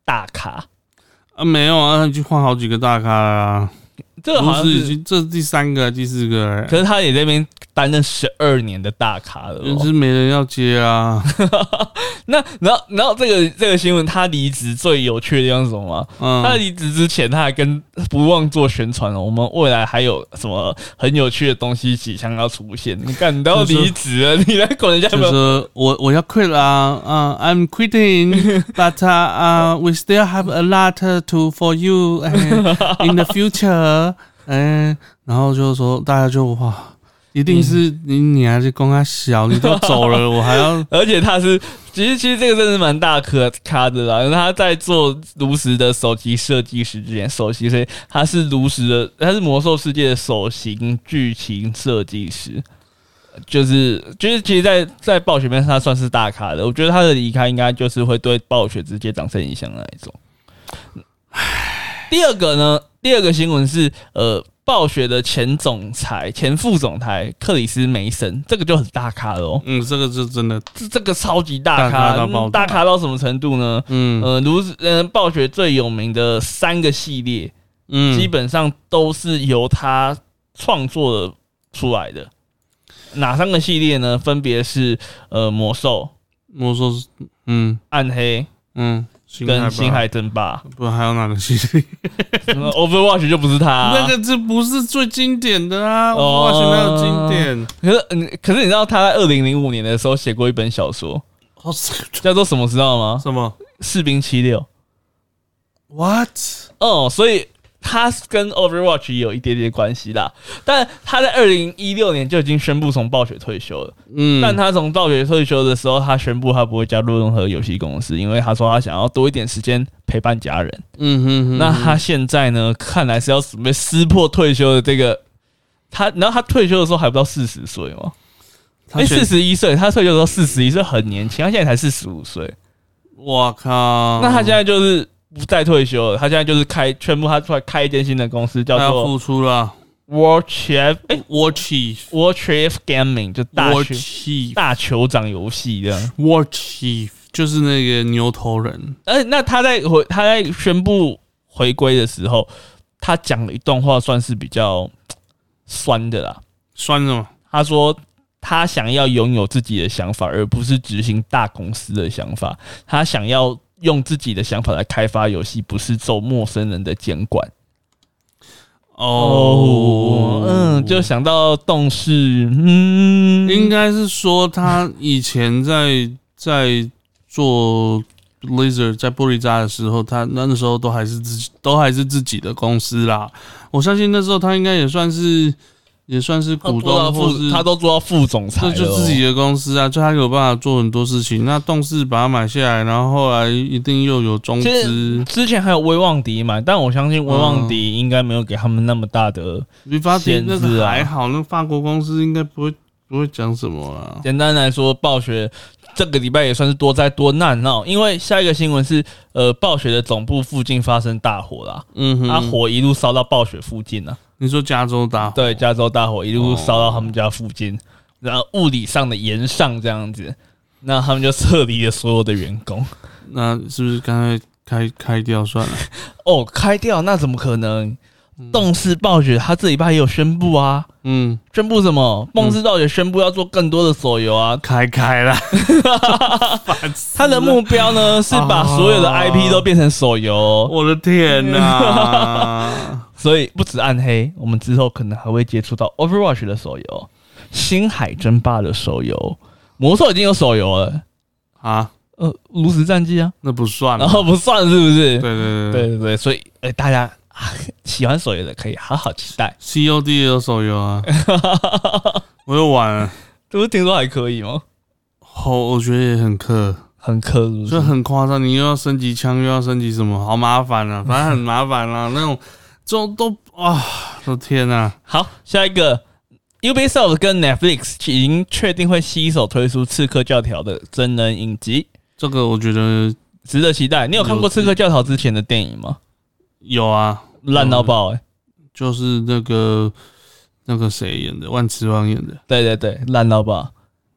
Speaker 2: 大咖，
Speaker 1: 啊没有啊，就换好几个大咖啦，
Speaker 2: 这个好像
Speaker 1: 不是已
Speaker 2: 是，
Speaker 1: 经这是第三个第四个了
Speaker 2: 可，是他也在那边担任十二年的大咖了、哦
Speaker 1: 原。是没人要接啊，
Speaker 2: 那然后然后这个这个新闻，他离职最有趣的地方是什么吗？他
Speaker 1: 嗯，
Speaker 2: 离职之前，他还跟不忘做宣传哦，我们未来还有什么很有趣的东西即将要出现。你看，你都要离职了，你来管人家
Speaker 1: 就
Speaker 2: 有没有？
Speaker 1: 说我我要 quit 啦，啊，I'm quitting，but 啊，we still have a lot to for you uh, eh, in the future，哎，然后就说大家就哇，一定是你你还是公他小，你都走了，我还要
Speaker 2: 而且他是，其实其实这个真的是蛮大咖咖的啦。因为他在做炉石的首席设计师之前，首席设计他是炉石的，他是魔兽世界的首席剧情设计师，就是就是其实在，在暴雪面上他算是大咖的。我觉得他的离开应该就是会对暴雪直接产生影响的那一种。第二个呢，第二个新闻是呃。暴雪的前总裁、前副总裁克里斯·梅森，这个就很大咖了哦。
Speaker 1: 嗯，这个是真的，
Speaker 2: 这这个超级大
Speaker 1: 大咖
Speaker 2: 咖，
Speaker 1: 到爆
Speaker 2: 嗯大咖到什么程度呢？
Speaker 1: 嗯
Speaker 2: 呃，如呃，暴雪最有名的三个系列，
Speaker 1: 嗯，
Speaker 2: 基本上都是由他创作的出来的。哪三个系列呢？分别是呃，魔兽、
Speaker 1: 魔兽是嗯
Speaker 2: 暗黑
Speaker 1: 嗯，星
Speaker 2: 跟
Speaker 1: 吧
Speaker 2: 星海争 霸。
Speaker 1: 不还有哪个系 列？
Speaker 2: 什么 Overwatch 就不是他啊、
Speaker 1: 那个这不是最经典的啊，
Speaker 2: 哦
Speaker 1: 我选哪有经典？
Speaker 2: 可是嗯，可是你知道他在二零零五年的时候写过一本小说，
Speaker 1: 哦，什
Speaker 2: 叫做什么？知道吗？
Speaker 1: 么
Speaker 2: 《士兵七六》。
Speaker 1: ？What？
Speaker 2: 哦，所以它跟 Overwatch 也有一点点关系啦。但他在二零一六年就已经宣布从暴雪退休了。
Speaker 1: 嗯，
Speaker 2: 但他从暴雪退休的时候，他宣布他不会加入任何游戏公司，因为他说他想要多一点时间陪伴家人。
Speaker 1: 嗯哼哼，
Speaker 2: 那他现在呢，看来是要准备撕破退休的这个。他，然后他退休的时候还不到四十岁吗？
Speaker 1: 他
Speaker 2: 哎，
Speaker 1: 选
Speaker 2: 四十一岁，他退休的时候四十一岁，很年轻，他现在才四十五岁。
Speaker 1: 哦我靠，
Speaker 2: 那他现在就是不再退休了，他现在就是开全部他出来开一间新的公司，叫
Speaker 1: 他要
Speaker 2: 做
Speaker 1: 付出了
Speaker 2: World Chef 哎、
Speaker 1: ，War Chief。
Speaker 2: World Chef Gaming 就大
Speaker 1: War
Speaker 2: 球
Speaker 1: Chief，War
Speaker 2: 大酋长游戏这样。
Speaker 1: Chief 就是那个牛头人，
Speaker 2: 而且那他在回他在宣布回归的时候，他讲了一段话，算是比较酸的啦。
Speaker 1: 酸什么？
Speaker 2: 他说他想要拥有自己的想法，而不是执行大公司的想法。他想要用自己的想法来开发游戏，不是受陌生人的监管。
Speaker 1: 哦
Speaker 2: 哦，，嗯，就想到动视，嗯，
Speaker 1: 应该是说他以前在在做 Laser 在玻璃渣的时候，他那那时候都还是自己都还是自己的公司啦。我相信那时候他应该也算是也算是
Speaker 2: 他做
Speaker 1: 股
Speaker 2: 到
Speaker 1: 东，或
Speaker 2: 副，
Speaker 1: 是
Speaker 2: 他都做到副总裁
Speaker 1: 这
Speaker 2: 了，
Speaker 1: 就
Speaker 2: 哦
Speaker 1: 自己的公司啊，就他有办法做很多事情。那动视把它买下来，然后后来一定又有中
Speaker 2: 其实
Speaker 1: 资
Speaker 2: 之前还有威望迪嘛，但我相信威望迪应该没有给他们那么大的。
Speaker 1: v i v a t
Speaker 2: 限制
Speaker 1: 那
Speaker 2: 啊
Speaker 1: 个还好，那法国公司应该不会不会讲什么啦。
Speaker 2: 简单来说，暴雪这个礼拜也算是多灾多难哦，因为下一个新闻是，呃，暴雪的总部附近发生大火啦，
Speaker 1: 嗯
Speaker 2: 它、
Speaker 1: 哼，
Speaker 2: 火一路烧到暴雪附近啊，哦
Speaker 1: 你说加州大火，
Speaker 2: 对，加州大火一路烧到他们家附近，然后物理上的延上这样子，那他们就撤离了所有的员工。
Speaker 1: 那是不是刚才开开掉算了？
Speaker 2: 哦，开掉那怎么可能？动视暴雪它这礼拜也有宣布啊，
Speaker 1: 嗯，
Speaker 2: 宣布什么？梦之道也宣布要做更多的手游啊。
Speaker 1: 开开啦， 烦死
Speaker 2: 它的目标 呢是把所有的 IP 都变成手游
Speaker 1: 了
Speaker 2: 哦，
Speaker 1: 我的天哪、
Speaker 2: 所以不止暗黑，我们之后可能还会接触到 Overwatch 的手游、星海争霸的手游、魔兽已经有手游了，
Speaker 1: 啊，
Speaker 2: 呃，炉石战记啊，
Speaker 1: 那不算了
Speaker 2: 然。后不算是不
Speaker 1: 对
Speaker 2: 是？
Speaker 1: 对
Speaker 2: 对
Speaker 1: 对
Speaker 2: 对对，所以哎、大家、啊、喜欢手游的可以好好期待。
Speaker 1: ，COD 也有手游 啊，我又玩了，
Speaker 2: 这不是听说还可以吗？
Speaker 1: 好，我觉得也很氪，
Speaker 2: 很氪是
Speaker 1: 就
Speaker 2: 不？
Speaker 1: 是很夸张，你又要升级枪，又要升级什么，好麻烦 啊，反正很麻烦啊，那种就都啊，我的天啊哪、
Speaker 2: 好，下一个，Ubisoft 跟 Netflix 已经确定会携手推出《刺客教条》的真人影集，
Speaker 1: 这个我觉得
Speaker 2: 值得期待。你有看过《刺客教条》之前的电影吗？
Speaker 1: 有啊，
Speaker 2: 烂到爆、欸！
Speaker 1: 就是那个那个谁演的，万磁王演的，
Speaker 2: 对对对，烂到爆！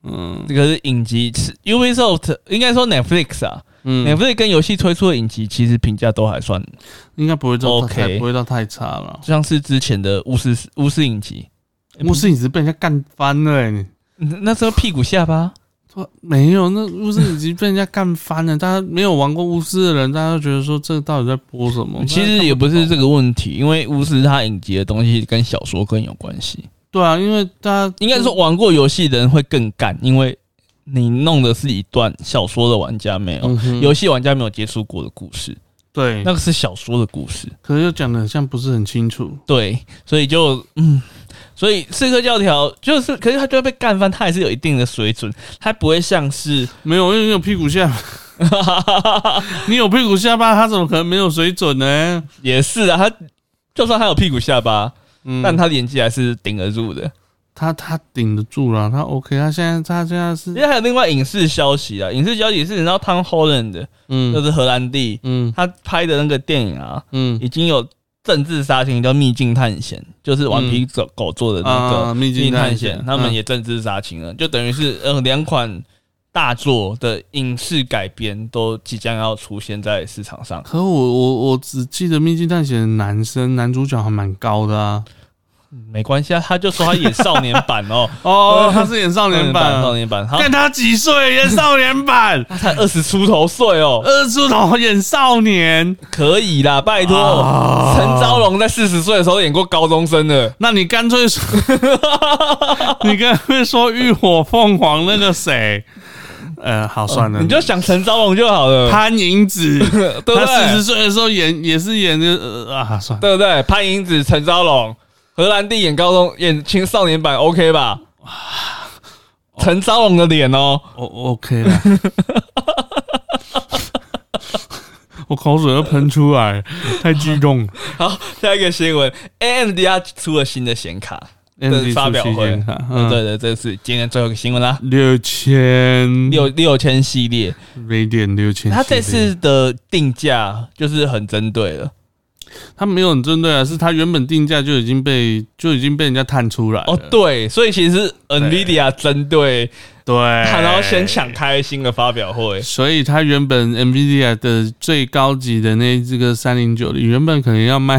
Speaker 1: 嗯
Speaker 2: 这个是影集是，Ubisoft 应该说 Netflix 啊、n e t
Speaker 1: 嗯，
Speaker 2: f l i x 跟游戏推出的影集其实评价都还算，
Speaker 1: 应该不会到太
Speaker 2: OK
Speaker 1: 不会到太差了。
Speaker 2: 像是之前的巫师巫师影集，
Speaker 1: 巫师你是被人家干翻了、欸，你
Speaker 2: 嗯那时候屁股下巴，
Speaker 1: 说没有？那巫师已经被人家干翻了，大家没有玩过巫师的人，大家都觉得说这到底在播什么？
Speaker 2: 其实也不是这个问题，因为巫师他影集的东西跟小说更有关系。
Speaker 1: 对啊，因为大家
Speaker 2: 应该说玩过游戏的人会更干，因为你弄的是一段小说的玩家没有
Speaker 1: 嗯，哼
Speaker 2: 游戏玩家没有接触过的故事，
Speaker 1: 对，
Speaker 2: 那个是小说的故事。
Speaker 1: 可是又讲的像不是很清楚。
Speaker 2: 对，所以就嗯，所以刺客教条就是，可是他就会被干翻，他还是有一定的水准，他不会像是，
Speaker 1: 没有，因为你有屁股下， 你有屁股下巴，他怎么可能没有水准呢？
Speaker 2: 也是啊，他就算他有屁股下巴，
Speaker 1: 嗯，
Speaker 2: 但他年纪还是顶得住的。
Speaker 1: 他他顶得住了，他 OK，他现在他现在
Speaker 2: 因
Speaker 1: 是
Speaker 2: 为还有另外影视消息啊，影视消息是你知道 Tom Holland 的，就
Speaker 1: 嗯
Speaker 2: 是荷兰弟，
Speaker 1: 嗯
Speaker 2: 他拍的那个电影啊，
Speaker 1: 嗯
Speaker 2: 已经有政治杀青叫《秘境探险》，就是顽皮狗狗做的那个
Speaker 1: 嗯啊，秘
Speaker 2: 《秘境
Speaker 1: 境
Speaker 2: 探
Speaker 1: 探
Speaker 2: 险
Speaker 1: 险，》，
Speaker 2: 他
Speaker 1: 嗯
Speaker 2: 们也政治杀青了，就等于是呃两款大作的影视改编都即将要出现在市场上。
Speaker 1: 可我我我只记得《秘境探险》的男生男主角还蛮高的啊。
Speaker 2: 没关系啊，他就说他演少年版哦，
Speaker 1: 哦，他是演 少年版
Speaker 2: 少
Speaker 1: 啊，
Speaker 2: 年版，他
Speaker 1: 看他几岁演少年版，
Speaker 2: 他才二十出头岁哦，
Speaker 1: 二出头演少年。
Speaker 2: 可以啦，拜托。
Speaker 1: 啊
Speaker 2: 陈昭荣在四十岁的时候演过高中生的，
Speaker 1: 那你干脆说， 你干脆说浴火凤凰那个谁，呃，好算了，
Speaker 2: 哦你就想陈昭荣就好了，
Speaker 1: 潘迎紫，
Speaker 2: 对不
Speaker 1: 他四
Speaker 2: 对
Speaker 1: 十？岁的时候演也是演的呃啊，算了，
Speaker 2: 对不对？潘迎紫、陈昭龙，荷兰弟演高中演青少年版，OK 吧？陈昭龙的脸哦，
Speaker 1: 我 OK 了。 我口水都喷出来，太激 动了。
Speaker 2: 好，下一个新闻，AMD 它出了新的显卡，
Speaker 1: Andy
Speaker 2: 发表
Speaker 1: 出期
Speaker 2: 会哦
Speaker 1: 间看，
Speaker 2: 对
Speaker 1: 嗯，
Speaker 2: 对，这是今天最后一个新闻啦。
Speaker 1: 六千
Speaker 2: 六嗯六千系列，
Speaker 1: 瑞典六千系列，
Speaker 2: 它这次的定价就是很针对了。
Speaker 1: 他没有很针对啊，是他原本定价就已经被就已经被人家探出来了
Speaker 2: 哦，对，哎所以其实 NVIDIA 针对
Speaker 1: 对，
Speaker 2: 它，然后先抢开新的发表会，
Speaker 1: 所以它原本 NVIDIA 的最高级的那这个三零九零，原本可能要卖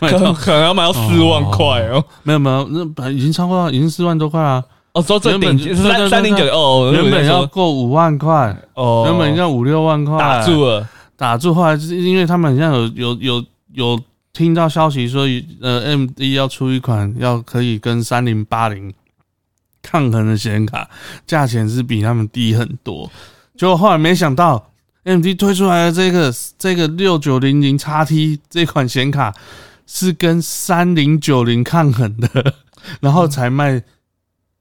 Speaker 1: 卖
Speaker 2: 可
Speaker 1: 到
Speaker 2: 可能要买到四万块哦。
Speaker 1: 没有没有，那本已经超过已经四万多块了，
Speaker 2: 哦，说最
Speaker 1: 原本
Speaker 2: 顶
Speaker 1: 就
Speaker 2: 三三零九哦，我以为
Speaker 1: 原本
Speaker 2: 在说
Speaker 1: 要过五万块，
Speaker 2: 哦，
Speaker 1: 原本应该五六万块，
Speaker 2: 打住了，
Speaker 1: 打住，后来就是因为他们好像有有有有听到消息说，呃，M 一要出一款要可以跟三零八零抗衡的显卡，价钱是比他们低很多。结果后来没想到，M D 推出来的这个这个六九零零 x T 这款显卡是跟三零九零抗衡的， 然后才卖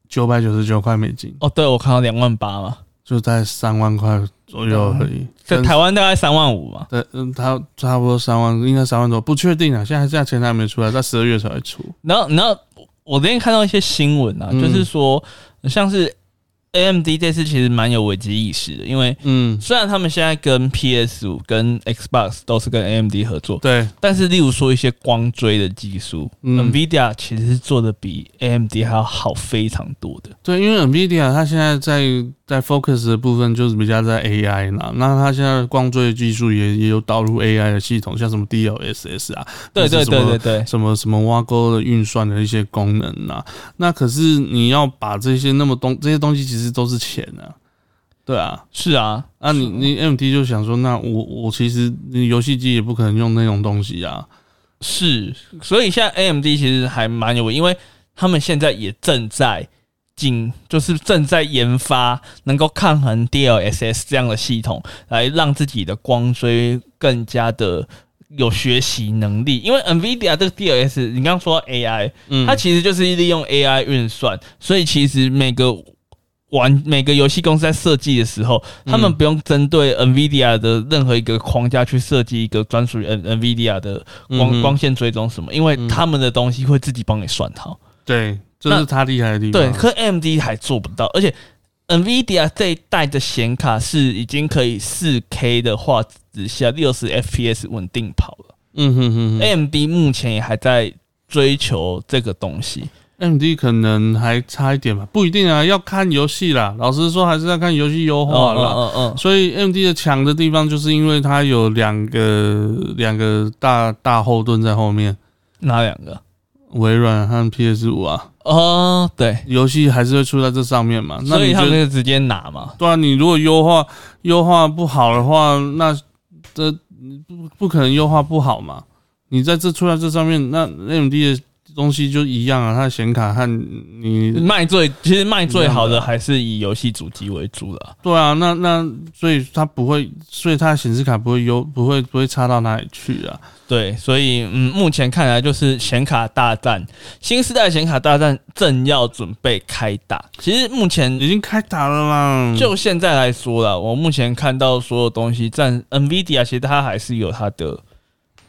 Speaker 1: 九百九十九块美金，
Speaker 2: 哦，对，我看到两万八嘛，
Speaker 1: 就在三万块左右而已。
Speaker 2: 在
Speaker 1: 跟
Speaker 2: 台湾大概三万五嘛。
Speaker 1: 对，嗯，他差不多三万，应该三万多，不确定啊。现在价钱还没出来，在十二月才会出。
Speaker 2: 然后，然后我那天看到一些新闻啊，
Speaker 1: 嗯
Speaker 2: 就是说，像是 AMD 这次其实蛮有危机意识的，因为
Speaker 1: 嗯，
Speaker 2: 虽然他们现在跟 PS 五、跟 Xbox 都是跟 AMD 合作，
Speaker 1: 对，
Speaker 2: 但是例如说一些光追的技术、
Speaker 1: 嗯
Speaker 2: n v i d i a 其实是做的比 AMD 还要好非常多的。
Speaker 1: 对，因为 NVIDIA 它现在在在 focus 的部分就是比较在 AI 啦，那它现在光追技术也也有导入 AI 的系统，像什么 DLSS 啊，
Speaker 2: 对
Speaker 1: 那是
Speaker 2: 对对
Speaker 1: 什么
Speaker 2: 对对，
Speaker 1: 什么什么挖沟的运算的一些功能啊。那可是你要把这些那么东这些东西，其实都是钱啊。对啊，
Speaker 2: 是啊，
Speaker 1: 啊你，你 MT 就想说，那我我其实你游戏机也不可能用那种东西啊。
Speaker 2: 是，所以现在 AMD 其实还蛮有，因为他们现在也正在进，就是正在研发能够抗衡 DLSS 这样的系统，来让自己的光追更加的有学习能力。因为 NVIDIA 这个 DLS，你刚刚说到 AI，
Speaker 1: 嗯，
Speaker 2: 它其实就是利用 AI 运算，所以其实每个玩每个游戏公司在设计的时候，他们
Speaker 1: 嗯
Speaker 2: 不用针对 NVIDIA 的任何一个框架去设计一个专属于 N NVIDIA 的光、
Speaker 1: 嗯哼
Speaker 2: 光线追踪什么，因为
Speaker 1: 嗯
Speaker 2: 他们的东西会自己帮你算好。
Speaker 1: 对，这
Speaker 2: 那
Speaker 1: 是他厉害的地
Speaker 2: 对，
Speaker 1: 方。
Speaker 2: 可 AMD 还做不到，而且 NVIDIA 这一代的显卡是已经可以 4K 的画质下六十 FPS 稳定跑了、
Speaker 1: 嗯哼哼哼
Speaker 2: a m d 目前也还在追求这个东西。
Speaker 1: ，MD 可能还差一点吧，不一定啊，要看游戏啦。老实说，还是要看游戏优化啦。
Speaker 2: 嗯嗯
Speaker 1: 所以 MD 的强的地方，就是因为它有两个两个大大后盾在后面，
Speaker 2: 哪两个？
Speaker 1: 微软和 PS 五啊，
Speaker 2: 哦，对，
Speaker 1: 游戏还是会出在这上面嘛。那
Speaker 2: 所以
Speaker 1: 你
Speaker 2: 他
Speaker 1: 觉
Speaker 2: 们
Speaker 1: 得，
Speaker 2: 啊就直接拿嘛。
Speaker 1: 对啊，你如果优化优化不好的话，那这不不可能优化不好嘛。你在这出在这上面，那 MD 的东西就一样啊，它的显卡和你
Speaker 2: 卖最其实卖最好的啊还是以游戏主机为主了。
Speaker 1: 对啊，那那所以它不会，所以它的显示卡不会优，不会不会差到哪里去啊。
Speaker 2: 对，所以嗯，目前看来就是显卡大战，新时代显卡大战正要准备开打。其实目前
Speaker 1: 已经开打了啦，
Speaker 2: 就现在来说啦，我目前看到所有东西占 NVIDIA，其实它还是有它的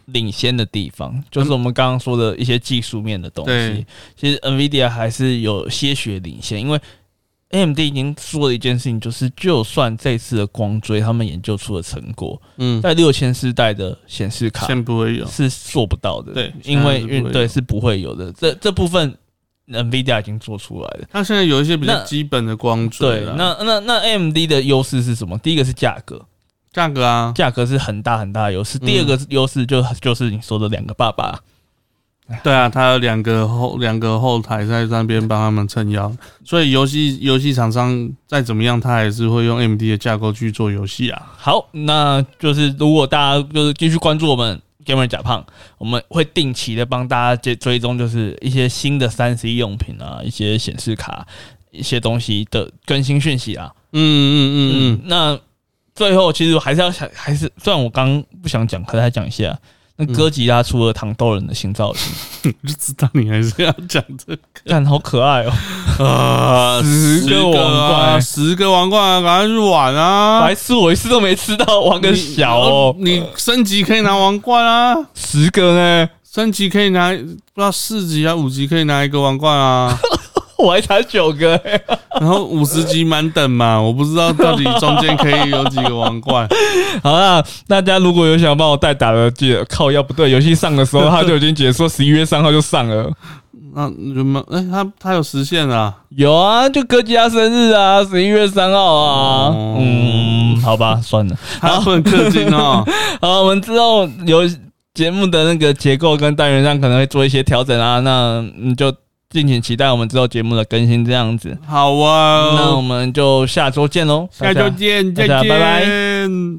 Speaker 2: 领先的地方，就是我们刚刚说的一些技术面的东西
Speaker 1: 对。
Speaker 2: 其实 NVIDIA 还是有些许领先，因为 AMD 已经说了一件事情，就是就算这次的光追他们研究出的成果，
Speaker 1: 嗯，
Speaker 2: 在六千世代的显示卡
Speaker 1: 现在不会有，
Speaker 2: 是做不到的，
Speaker 1: 对
Speaker 2: 因为
Speaker 1: 现在是不会有
Speaker 2: 运对是不会有的，这这部分 NVIDIA 已经做出来了。
Speaker 1: 它现在有一些比
Speaker 2: 那
Speaker 1: 较基本的啊光追
Speaker 2: 对
Speaker 1: 啦，，
Speaker 2: 那那那 AMD 的优势是什么？第一个是价格，
Speaker 1: 价格啊，
Speaker 2: 价格是很大很大的优势。
Speaker 1: 嗯
Speaker 2: 第二个优势就就是你说的两个爸爸，
Speaker 1: 对啊，它有两个后两个后台在那边帮他们撑腰，所以游戏游戏厂商再怎么样，它还是会用 AMD 的架构去做游戏啊。
Speaker 2: 好，那就是如果大家就是继续关注我们 Gamer 甲胖，我们会定期的帮大家追追踪，就是一些新的三 C 用品啊，一些显示卡，一些东西的更新讯息啊。
Speaker 1: 嗯嗯嗯
Speaker 2: 嗯，那最后其实还是要想，还是虽然我刚刚不想讲，可是还讲一下。那哥吉拉出了糖豆人的新造型，
Speaker 1: 嗯，就知道你还是要 讲这
Speaker 2: 看好可爱 哦、
Speaker 1: 个啊，
Speaker 2: 呃十个王冠
Speaker 1: 啊十个王冠啊，赶快去玩啊！
Speaker 2: 白痴，我一次都没吃到，玩个小哦、
Speaker 1: 你升级可以拿王冠啊，
Speaker 2: 十个呢，
Speaker 1: 升级可以拿不知道四级啊五级可以拿一个王冠啊，
Speaker 2: 我还差九个、欸。
Speaker 1: 然后五十级满等嘛，我不知道到底中间可以有几个王冠。
Speaker 2: 好啦，大家如果有想帮我代打的，记得靠腰不对，游戏上的时候他就已经解 说十一月三号就上了。
Speaker 1: 那有没有？哎、他他有实现 啊？
Speaker 2: 有啊，就哥吉拉生日啊，十一月三号啊。
Speaker 1: 哦
Speaker 2: 嗯，好吧，算了。
Speaker 1: 他很氪金哦。
Speaker 2: 好，我们之后有节目的那个结构跟单元上可能会做一些调整啊，那你就敬请期待我们之后节目的更新这样子。
Speaker 1: 好
Speaker 2: 那我
Speaker 1: 啊，
Speaker 2: 们就下周见喽，
Speaker 1: 下
Speaker 2: 大
Speaker 1: 周
Speaker 2: 家
Speaker 1: 见，
Speaker 2: 大
Speaker 1: 再
Speaker 2: 家
Speaker 1: 见，
Speaker 2: 拜拜
Speaker 1: 拜。